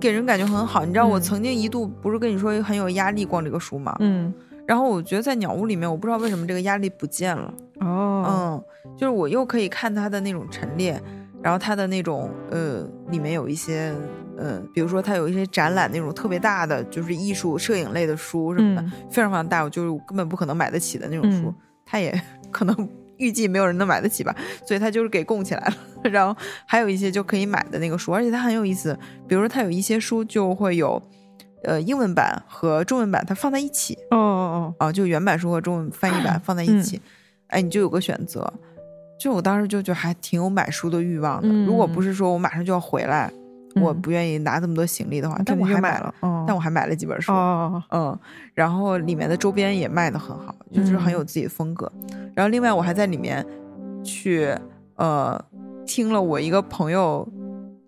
C: 给人感觉很好，你知道我
D: 嗯
C: 曾经一度不是跟你说很有压力逛这个书嘛，
D: 嗯，
C: 然后我觉得在鸟屋里面，我不知道为什么这个压力不见了。
D: 哦，
C: 嗯，就是我又可以看它的那种陈列，然后它的那种呃，里面有一些呃，比如说它有一些展览那种特别大的，就是艺术摄影类的书什么的，
D: 嗯
C: 非常非常大，我就是根本不可能买得起的那种 书，
D: 嗯
C: 它也可能预计没有人能买得起吧，所以它就是给供起来了。 然后还有一些就可以买的那个书，而且它很有意思，比如说它有一些书就会有。呃，英文版和中文版它放在一起，
D: 哦哦
C: 啊，就原版书和中文翻译版放在一
D: 嗯
C: 起，哎，你就有个选择。就我当时就觉得还挺有买书的欲望的，如果不
D: 嗯
C: 是说我马上就要回来，我
D: 嗯
C: 不愿意拿这么多行李的话，
D: 哦，
C: 但
D: 肯
C: 我
D: 定就
C: 还
D: 买
C: 了，
D: 了，哦，
C: 但我还买了几本书。
D: 哦，
C: 嗯，然后里面的周边也卖的很好，就是很有
D: 嗯
C: 自己的风格。然后另外我还在里面去呃听了我一个朋友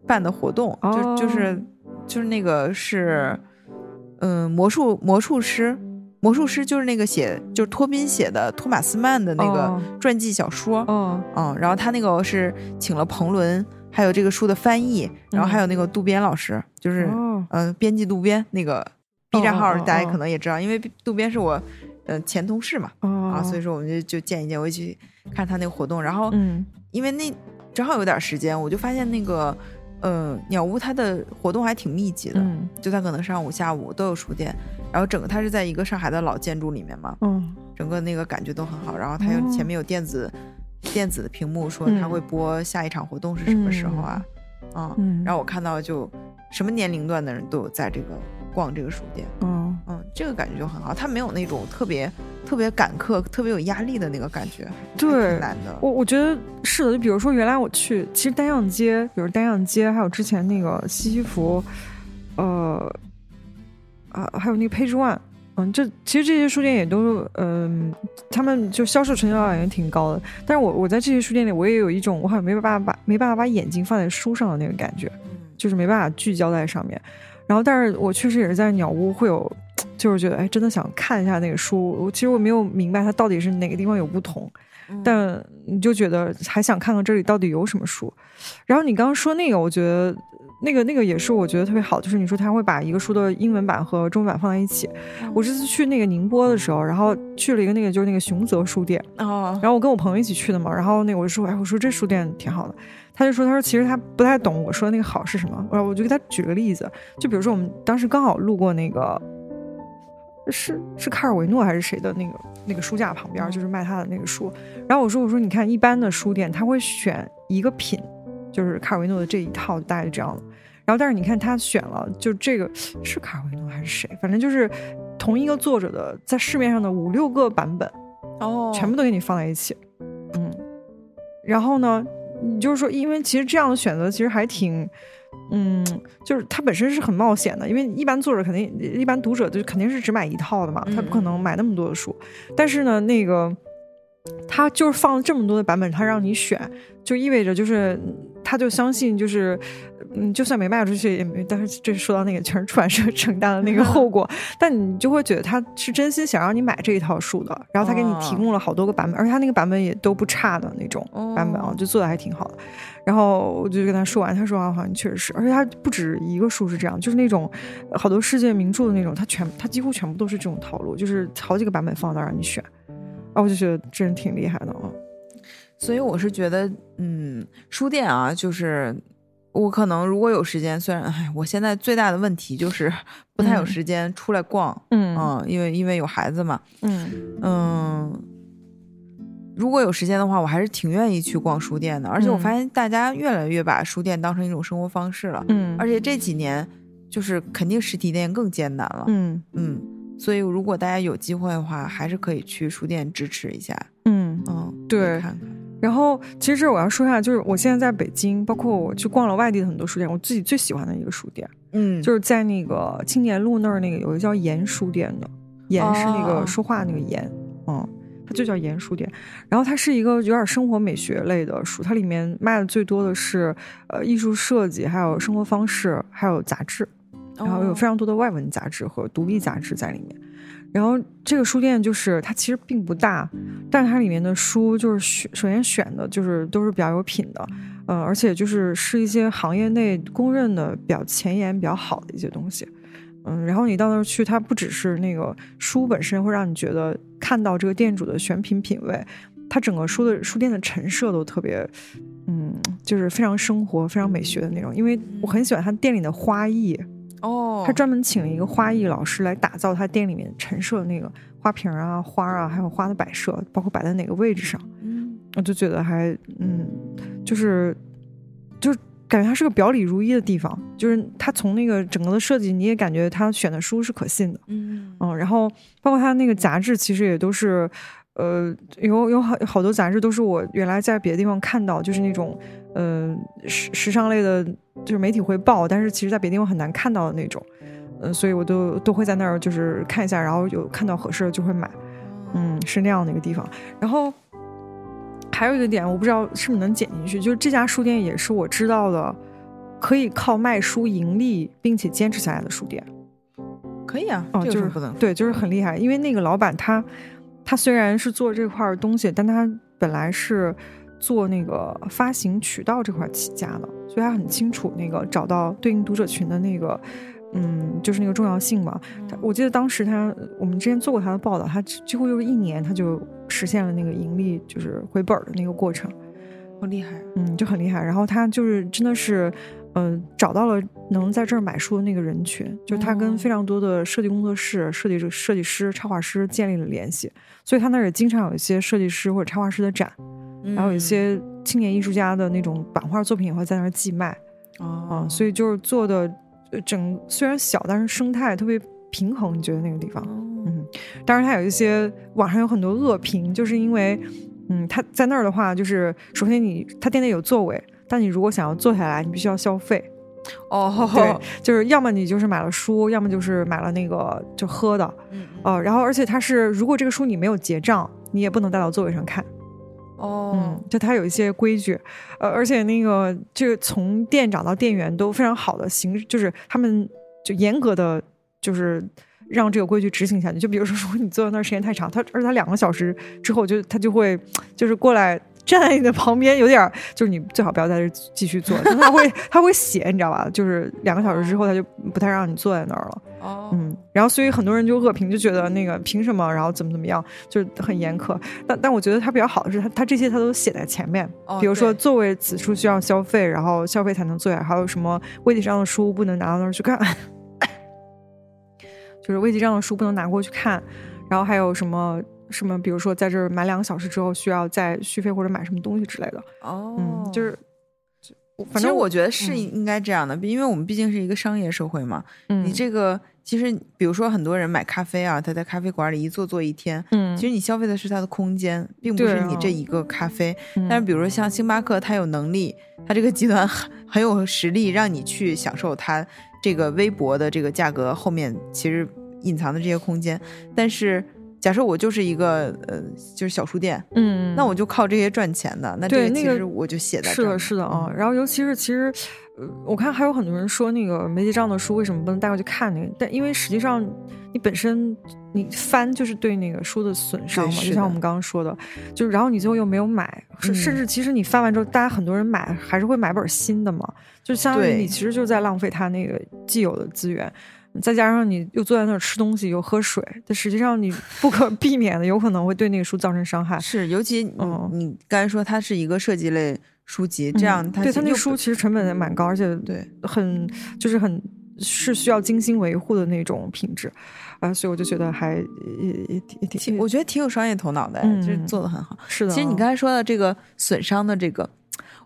C: 办的活动，就
D: 哦
C: 就是就是那个是嗯、魔术魔术师，魔术师就是那个写就是托宾写的托马斯曼的那
D: 哦
C: 个传记小说，
D: 哦，
C: 嗯，然后他那个是请了彭伦，还有这个书的翻译，然后还
D: 嗯
C: 有那个渡边老师，就是。
D: 哦，
C: 嗯，编辑渡边那个 B 站号
D: 哦
C: 儿，
D: 哦
C: 大家
D: 哦
C: 可能也知道，因为渡边是我呃前同事嘛，
D: 哦
C: 啊，所以
D: 说，
C: 说我们就就见一见，我也去看他那个活动，然后
D: 嗯，
C: 因为那正好有点时间，我就发现那个呃鸟屋它的活动还挺密集的，
D: 嗯
C: 就它可能上午下午都有书店，然后整个它是在一个上海的老建筑里面嘛，
D: 嗯
C: 整个那个感觉都很好。然后它有
D: 哦
C: 前面有电子、电子的屏幕说
D: 嗯
C: 它会播下一场活动是什么时候啊，嗯，
D: 嗯
C: 然后我看到就什么年龄段的人都有在这个逛这个书店，
D: 嗯，
C: 嗯，这个感觉就很好，它没有那种特别特别赶课、特别有压力的那个感觉，还
D: 对
C: 挺难的。
D: 我我觉得是的，就比如说原来我去，其实单向街，比如单向街，还有之前那个西西弗，呃，啊，还有那个 Page One，嗯，这其实这些书店也都是，嗯、他们就销售成交量也挺高的。但是我我在这些书店里，我也有一种我好像没办法把没办法把眼睛放在书上的那个感觉，就是没办法聚焦在上面。然后，但是我确实也是在鸟屋会有，就是觉得哎，真的想看一下那个书。我其实我没有明白它到底是哪个地方有不同。但你就觉得还想看看这里到底有什么书。然后你刚刚说那个，我觉得那个那个也是我觉得特别好，就是你说他会把一个书的英文版和中文版放在一起。我这次去那个宁波的时候，然后去了一个那个就是那个熊泽书店，
C: 哦，
D: 然后我跟我朋友一起去的嘛，然后那个我就说，哎，我说这书店挺好的，他就说，他说其实他不太懂我说的那个好是什么，然后我就给他举了个例子，就比如说我们当时刚好路过那个。是是卡尔维诺还是谁的那个那个书架旁边，就是卖他的那个书。然后我说我说你看，一般的书店他会选一个品，就是卡尔维诺的这一套，大概就这样了。然后但是你看他选了，就这个是卡尔维诺还是谁，反正就是同一个作者的在市面上的五六个版本，
C: 哦
D: 全部都给你放在一起。嗯，然后呢，你就是说，因为其实这样的选择其实还挺，嗯，就是它本身是很冒险的，因为一般作者肯定，一般读者就肯定是只买一套的嘛，他不可能买那么多的书。但是呢，那个他就是放了这么多的版本，他让你选，就意味着就是。他就相信，就是，嗯，就算没卖出去也没，但是这说到那个全是出版社 承担的那个后果，但你就会觉得他是真心想让你买这一套书的，然后他给你提供了好多个版本，而且他那个版本也都不差的那种版本啊，就做的还挺好的。然后我就跟他说完，他说啊，好像确实是，而且他不止一个书是这样，就是那种呃好多世界名著的那种，他全他几乎全部都是这种套路，就是好几个版本放那儿让你选。啊，我就觉得这人挺厉害的啊。
C: 所以我是觉得，嗯，书店啊，就是我可能如果有时间，虽然哎，我现在最大的问题就是 不太有
D: 嗯
C: 时间出来逛，
D: 嗯
C: 嗯，因为因为有孩子嘛，
D: 嗯
C: 嗯，如果有时间的话，我还是挺愿意去逛书店的。而且我
D: 嗯
C: 发现大家越来越把书店当成一种生活方式了，
D: 嗯
C: 而且这几年就是肯定实体店更艰难了，
D: 嗯
C: 嗯，所以如果大家有机会的话，还是可以去书店支持一下，
D: 嗯，
C: 嗯，
D: 对
C: 可以看看，
D: 然后，其实这我要说一下，就是我现在在北京，包括我去逛了外地的很多书店，我自己最喜欢的一个书店，
C: 嗯，
D: 就是在那个青年路那儿那个有一个叫盐书店的，盐是那
C: 哦
D: 个说话那个盐，嗯，它就叫盐书店。然后它是一个有点生活美学类的书，它里面卖的最多的是呃艺术设计，还有生活方式，还有杂志。然后有非
C: 常
D: 常多的外文杂志和独立杂志在里面。然后这个书店就是它其实并不大，但是它里面的书就是选首先选的就是都是比较有品的，呃，而且就是是一些行业内公认的比较前沿、比较好的一些东西。嗯，然后你到那儿去，它不只是那个书本身会让你觉得看到这个店主的选品品味，它整个书的书店的陈设都特别，嗯，就是非常生活、非常美学的那种。因为我很喜欢它店里的花艺，
C: 哦，
D: 他专门请了一个花艺老师来打造他店里面陈设的那个花瓶儿啊、花儿啊，还有花的摆设，包括摆在哪个位置上，
C: 嗯
D: 我就觉得还嗯，就是就是感觉它是个表里如一的地方，就是他从那个整个的设计，你也感觉他选的书是可信的，
C: 嗯
D: 嗯，然后包括他那个杂志，其实也都是。呃，有有好好多杂志都是我原来在别的地方看到，就是那种，嗯、时时尚类的，就是媒体会报，但是其实在别的地方很难看到的那种。嗯，所以我都都会在那儿就是看一下，然后有看到合适的就会买，嗯，是那样的一个地方。然后还有一个点，我不知道是不是能剪进去，就是这家书店也是我知道的，可以靠卖书盈利并且坚持下来的书店。
C: 可以啊，
D: 哦，
C: 这有
D: 就
C: 什
D: 是
C: 么不能
D: 对，就是很厉害，因为那个老板他他虽然是做这块儿东西，但他本来是做那个发行渠道这块儿起家的，所以他很清楚那个找到对应读者群的那个。嗯，就是那个重要性嘛。
C: 嗯
D: 他我记得当时他，我们之前做过他的报道，他几几乎就是一年他就实现了那个盈利，就是回本儿的那个过程。
C: 好厉害，啊
D: 嗯，就很厉害。然后他就是真的是，嗯、找到了能在这儿买书的那个人群，就是他跟非常多的设计工作室、设计设计师、插画师建立了联系，所以他那儿也经常有一些设计师或者插画师的展，然后有一些青年艺术家的那种版画作品也会在那儿寄卖啊、
C: 啊
D: 所以就是做的呃整虽然小，但是生态特别平衡。你觉得那个地方？
C: 哦
D: 嗯，当然它有一些网上有很多恶评，就是因为，嗯，它在那儿的话，就是首先你它店内有座位，但你如果想要坐下来，你必须要消费。
C: 哦，
D: 对，就是要么你就是买了书，要么就是买了那个就喝的，
C: 嗯，嗯
D: 呃，然后而且它是如果这个书你没有结账，你也不能带到座位上看。嗯
C: 哦，，
D: 就它有一些规矩，呃，而且那个就是从店长到店员都非常好的行，就是他们就严格的就是让这个规矩执行下去。就比如说，如果你坐在那儿时间太长，他而且他两个小时之后就他就会就是过来。站在你的旁边，有点儿就是你最好不要在这儿继续坐，但他会他会写，你知道吧？就是两个小时之后，他就不太让你坐在那儿了。
C: 哦，
D: 嗯，然后所以很多人就恶评，就觉得那
C: 嗯
D: 个凭什么，然后怎么怎么样，就是很严苛。但但我觉得他比较好的是他，他这些他都写在前面，
C: 哦
D: 比如说
C: 对
D: 座位此处需要消费，然后消费才能坐下，还有什么位置上的书不能拿到那儿去看， 就是位置上的书不能拿过去看，然后还有什么什么，比如说在这儿买两个小时之后需要再续费或者买什么东西之类的，
C: 哦，
D: 嗯，就是。反
C: 其实
D: 正
C: 我觉得是
D: 嗯
C: 应该这样的，因为我们毕竟是一个商业社会嘛。
D: 嗯
C: 你这个其实，比如说很多人买咖啡啊，他在咖啡馆里一坐坐一天，
D: 嗯，
C: 其实你消费的是它的空间，并不
D: 对
C: 是你
D: 啊
C: 这一个咖啡。
D: 嗯
C: 但是比如说像星巴克，它有能力，它这个集团 很很有实力，让你去享受它这个微薄的这个价格后面其实隐藏的这些空间。但是假设我就是一个呃，就是小书店，
D: 嗯，
C: 那我就靠这些赚钱的，那这
D: 对
C: 个
D: 那
C: 其
D: 个
C: 实我就写在
D: 是
C: 这儿
D: 的，
C: 了
D: 是的啊。
C: 嗯
D: 然后尤其是其实，呃，我看还有很多人说那个没结账的书为什么不能带过去看那个？但因为实际上你本身你翻就是对那个书的损伤嘛，
C: 是
D: 就像
C: 的
D: 我们刚刚说的，就是然后你最后又没有买，甚、甚
C: 嗯
D: 至其实你翻完之后，大家很多人买还是会买本新的嘛，就相当于
C: 对
D: 你其实就是在浪费他那个既有的资源。再加上你又坐在那儿吃东西又喝水，但实际上你不可 避免的有可能会对那个书造成伤害。
C: 是，尤其你、
D: 嗯
C: 你刚才说它是一个设计类书籍，这样它
D: 对
C: 其
D: 它
C: 实
D: 那
C: 又
D: 个书
C: 不嗯
D: 其实成本也蛮高，而且
C: 对
D: 很就是很是需要精心维护的那种品质，啊、所以我就觉得还也也挺也挺
C: 挺，我觉得挺有商业头脑的，就是
D: 嗯
C: 做的很好。
D: 是的啊。
C: 其实你刚才说的这个损伤的这个，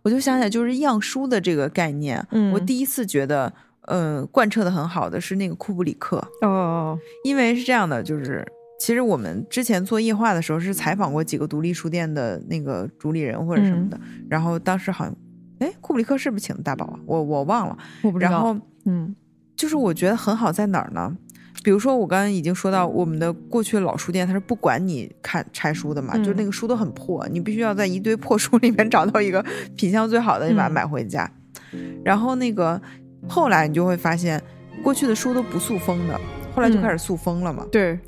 C: 我就想起来就是样书的这个概念，
D: 嗯
C: 我第一次觉得呃贯彻的很好的是那个库布里克，
D: 哦，
C: 因为是这样的，就是其实我们之前做夜话的时候是采访过几个独立书店的那个主理人或者什
D: 嗯
C: 么的，然后当时好像哎库布里克是不是请的大宝啊？我我忘了，
D: 我不知道。
C: 然后。
D: 嗯
C: 就是我觉得很好在哪儿呢？比如说我刚刚已经说到，我们的过去老书店它是不管你看拆书的嘛，
D: 嗯
C: 就是那个书都很破，你必须要在一堆破书里面 找到一个品相最好的，你把它
D: 嗯
C: 买回家。然后那个后来你就会发现，过去的书都不塑封的，后来就
D: 嗯
C: 开始塑封了嘛。
D: 对，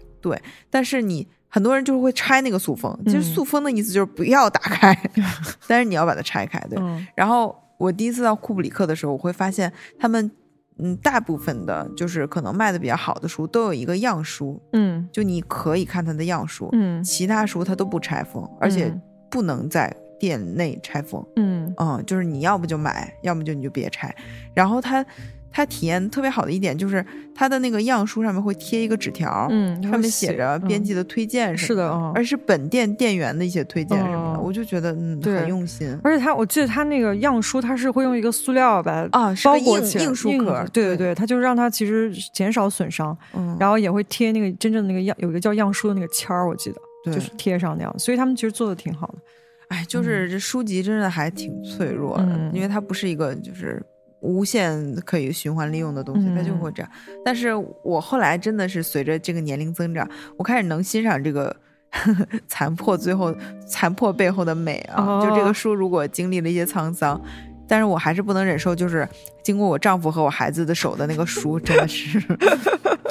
C: 但是你很多人就是会拆那个塑封，其实
D: 嗯
C: 塑封的意思就是不要打开， 但是你要把它拆开，对。
D: 嗯
C: 然后我第一次到库布里克的时候，我会发现他们，嗯，大部分的就是可能卖的比较好的书都有一个样书，
D: 嗯
C: 就你可以看它的样书，
D: 嗯
C: 其他书它都不拆封，而且
D: 嗯
C: 不能在店内拆封。
D: 嗯
C: 嗯，就是你要不就买，要么就你就别拆。然后它它体验特别好的一点就是它的那个样书上面会贴一个纸条，
D: 嗯，它
C: 上
D: 会
C: 面写着编辑
D: 嗯
C: 的推荐什
D: 是
C: 么
D: 的啊。
C: 而是本店店员的一些推荐什么的，
D: 哦
C: 我就觉得嗯
D: 对
C: 很用心。
D: 而且它，我记得它那个样书，它是会用一个塑料把它
C: 啊是个
D: 包裹
C: 硬
D: 起来，
C: 硬书壳
D: 对
C: 对
D: 对对，它就让它其实减少损伤，
C: 嗯，
D: 然后也会贴那个真正那个样，有一个叫样书的那个签儿，我记得
C: 对
D: 就是贴上那样，所以他们其实做的挺好的。
C: 哎，就是这书籍真的还挺脆弱的，
D: 嗯
C: 因为它不是一个就是无限可以循环利用的东西，它就
D: 嗯
C: 会这样。但是我后来真的是随着这个年龄增长，我开始能欣赏这个 残破最后残破背后的美啊！
D: 哦
C: 就这个书如果经历了一些沧桑。但是我还是不能忍受，就是经过我丈夫和我孩子的手的那个书，真的是。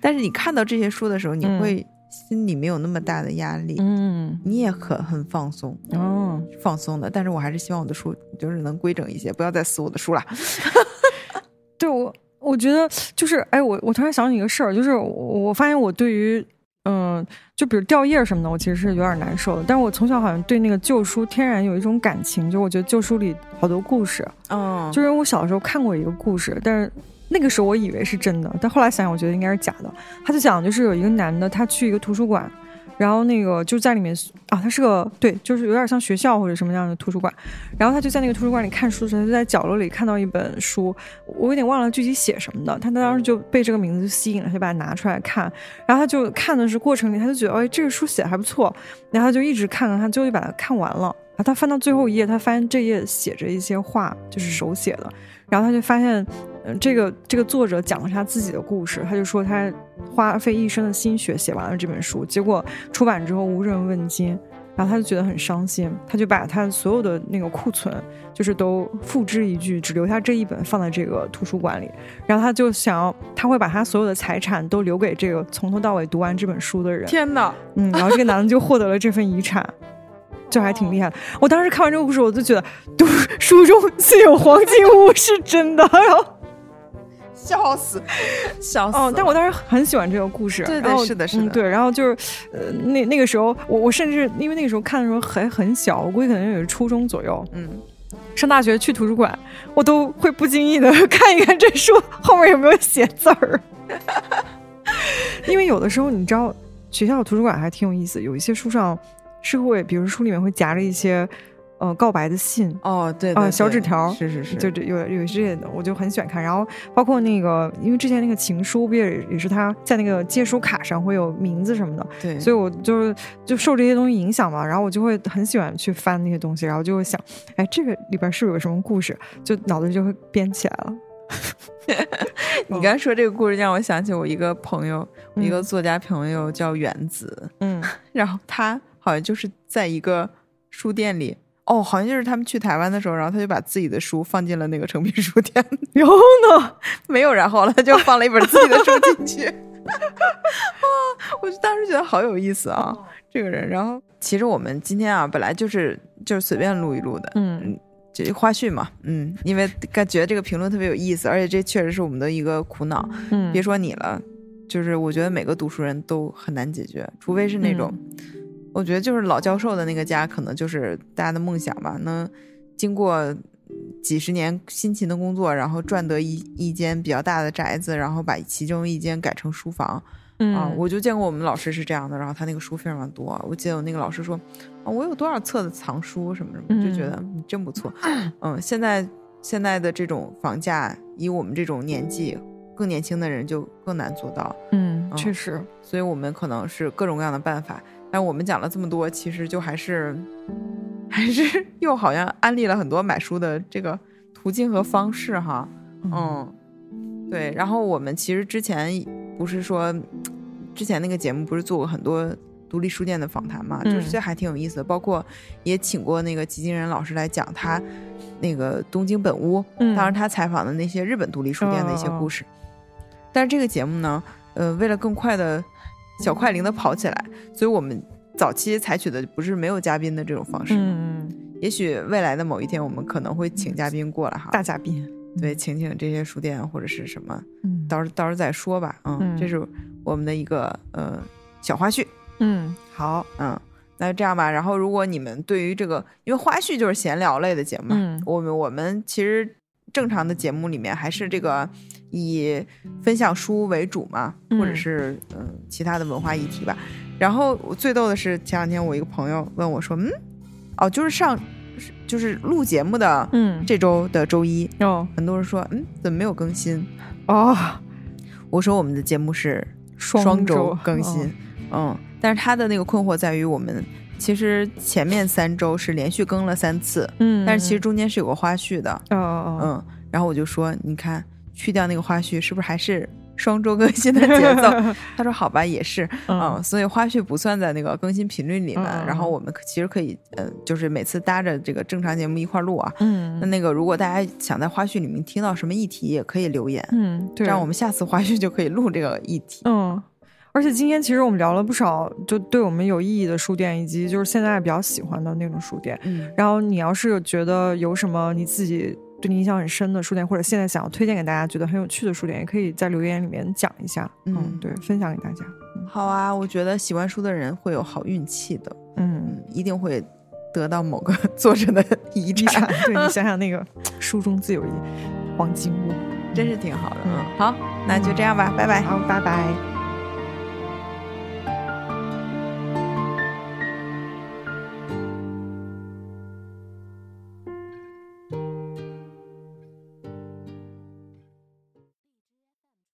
C: 但是你看到这些书的时候，你
D: 嗯
C: 会心里没有那么大的压力，
D: 嗯，
C: 你也很很放松。
D: 哦，
C: 放松的，但是我还是希望我的书就是能规整一些，不要再撕我的书了。
D: 对我，我觉得就是，哎，我我突然想起一个事儿，就是我我发现我对于嗯，就比如掉页儿什么的，我其实是有点难受的。但是我从小好像对那个旧书天然有一种感情，就我觉得旧书里好多故事，
C: 嗯，
D: 就是我小时候看过一个故事，但是那个时候我以为是真的，但后来想想我觉得应该是假的。他就讲就是有一个男的，他去一个图书馆，然后那个就在里面啊，他是个对，就是有点像学校或者什么样的图书馆，然后他就在那个图书馆里看书的时候，他就在角落里看到一本书，我有点忘了具体写什么的，他当时就被这个名字就吸引了，他就把它拿出来看，然后他就看的是过程里，他就觉得哎这个书写的还不错，然后他就一直看看，他最后就把它看完了。然后他翻到最后一页，他发现这页写着一些话，就是手写的。然后他就发现，嗯、这个这个作者讲了他自己的故事，他就说他嗯花费一生的心血写完了这本书，结果出版之后无人问津，然后他就觉得很伤心，他就把他所有的那个库存就是都付之一炬，只留下这一本放在这个图书馆里，然后他就想要，他会把他所有的财产都留给这个从头到尾读完这本书的人，
C: 天哪，
D: 嗯，然后这个男的就获得了这份遗产。就还挺厉害的。我当时看完这个故事，我就觉得读书中 自有黄金屋是真的。 然后，
C: 笑死，笑死了！
D: 嗯，但我当时很喜欢这个故事。
C: 对对
D: 然后
C: 是的是的
D: 嗯对，然后就是，呃，那那个时候，我我甚至因为那个时候看的时候还很小，我估计可能也是初中左右。
C: 嗯，
D: 上大学去图书馆，我都会不经意的 看一看这书后面有没有写字儿， 因为有的时候你知道，学校的图书馆还挺有意思，有一些书上是会，比如书里面会夹着一些呃告白的信，
C: 哦对
D: 啊
C: 对
D: 小
C: 对
D: 纸条
C: 是是是，
D: 就这有有这些的，我就很喜欢看。然后包括那个，因为之前那个情书不也也是他在那个借书卡上会有名字什么的，
C: 对，
D: 所以我就是就受这些东西影响嘛，然后我就会很喜欢去翻那些东西，然后就会想，哎，这个里边是不是有什么故事？就脑子就会编起来了。
C: 你刚才说这个故事让我想起我一个朋友，我一个
D: 嗯
C: 作家朋友叫原子，
D: 嗯
C: 然后他好像就是在一个书店里，哦，好像就是他们去台湾的时候，然后他就把自己的书放进了那个诚品书店， 然后呢，没有然后了，他就放了一本自己的书进 去。啊，我就当时觉得好有意思啊，
D: 哦
C: 这个人。然后其实我们今天啊，本来就是就是随便录一录的，
D: 嗯
C: 这花絮嘛，嗯，因为感觉这个评论特别有意思，而且这确实是我们的一个苦恼。
D: 嗯
C: 别说你了，就是我觉得每个读书人都很难解决，除非是那种，我觉得就是老教授的那个家，可能就是大家的梦想吧，能经过几十年辛勤的工作，然后赚得一一间比较大的宅子，然后把其中一间改成书房，
D: 嗯
C: 啊，我就见过我们老师是这样的，然后他那个书非常多。我记得我那个老师说，啊，我有多少册的藏书什么什么，就觉得嗯真不错。嗯，现在现在的这种房价，以我们这种年纪更年轻的人就更难做到，
D: 嗯
C: 嗯
D: 确实
C: 所以我们可能是各种各样的办法。但我们讲了这么多，其实就还是还是 又好像安利了很多买书的这个途径和方式哈。嗯，对。然后我们其实之前不是说，之前那个节目不是做过很多独立书店的访谈嘛，
D: 嗯
C: 就是这还挺有意思的。包括也请过那个吉金人老师来讲他那个东京本屋，
D: 嗯哦
C: 当时他采访的那些日本独立书店的一些故事。但是这个节目呢，呃，为了更快的小快灵的跑起来，所以我们早期采取的不是没有嘉宾的这种方式。
D: 嗯
C: 也许未来的某一天，我们可能会请嘉宾过来哈。
D: 大嘉宾
C: 对，请请这些书店或者是什么，
D: 嗯
C: 到时到时候再说吧。嗯，
D: 嗯
C: 这是我们的一个呃小花絮。
D: 嗯
C: 好，嗯，那就这样吧。然后，如果你们对于这个，因为花絮就是闲聊类的节目嘛，
D: 嗯
C: 我们我们其实正常的节目里面还是这个以分享书为主嘛，或者
D: 嗯
C: 是嗯、其他的文化议题吧。然后我最逗的是，前两天我一个朋友问我说：“嗯，哦，就是上是就是录节目的
D: 嗯
C: 这周的周一，
D: 哦
C: 很多人说，嗯，怎么没有更新？
D: 哦
C: 我说我们的节目是
D: 双
C: 周
D: 周
C: 更新，嗯，但是他的那个困惑在于我们其实前面三周是连续更了三次，
D: 嗯
C: 但是其实中间是有个花絮的，
D: 哦哦
C: 嗯，然后我就说，你看去掉那个花絮，是不是还是双周更新的节奏？ 他说好吧，也是，
D: 哦
C: 嗯，所以花絮不算在那个更新频率里面。
D: 嗯嗯
C: 然后我们可其实可以，呃，就是每次搭着这个正常节目一块儿录啊。那
D: 嗯
C: 那个，如果大家想在花絮里面听到什么议题，也可以留言，
D: 嗯
C: 这
D: 对
C: 样我们下次花絮就可以录这个议题。
D: 嗯，而且今天其实我们聊了不少，就对我们有意义的书店，以及就是现在比较喜欢的那种书店。
C: 嗯，
D: 然后你要是觉得有什么你自己对你印象很深的书店，或者现在想要推荐给大家觉得很有趣的书店，也可以在留言里面讲一下。
C: 嗯
D: 对，分享给大家。嗯
C: 好啊，我觉得喜欢书的人会有好运气的，
D: 嗯，
C: 嗯，一定会得到某个 作者的遗
D: 遗 产
C: 产，，
D: 对你想想那个书中自有一黄金屋，
C: 真是挺好的。
D: 嗯
C: 嗯，好，那就这样吧，拜拜。
D: 好，拜拜。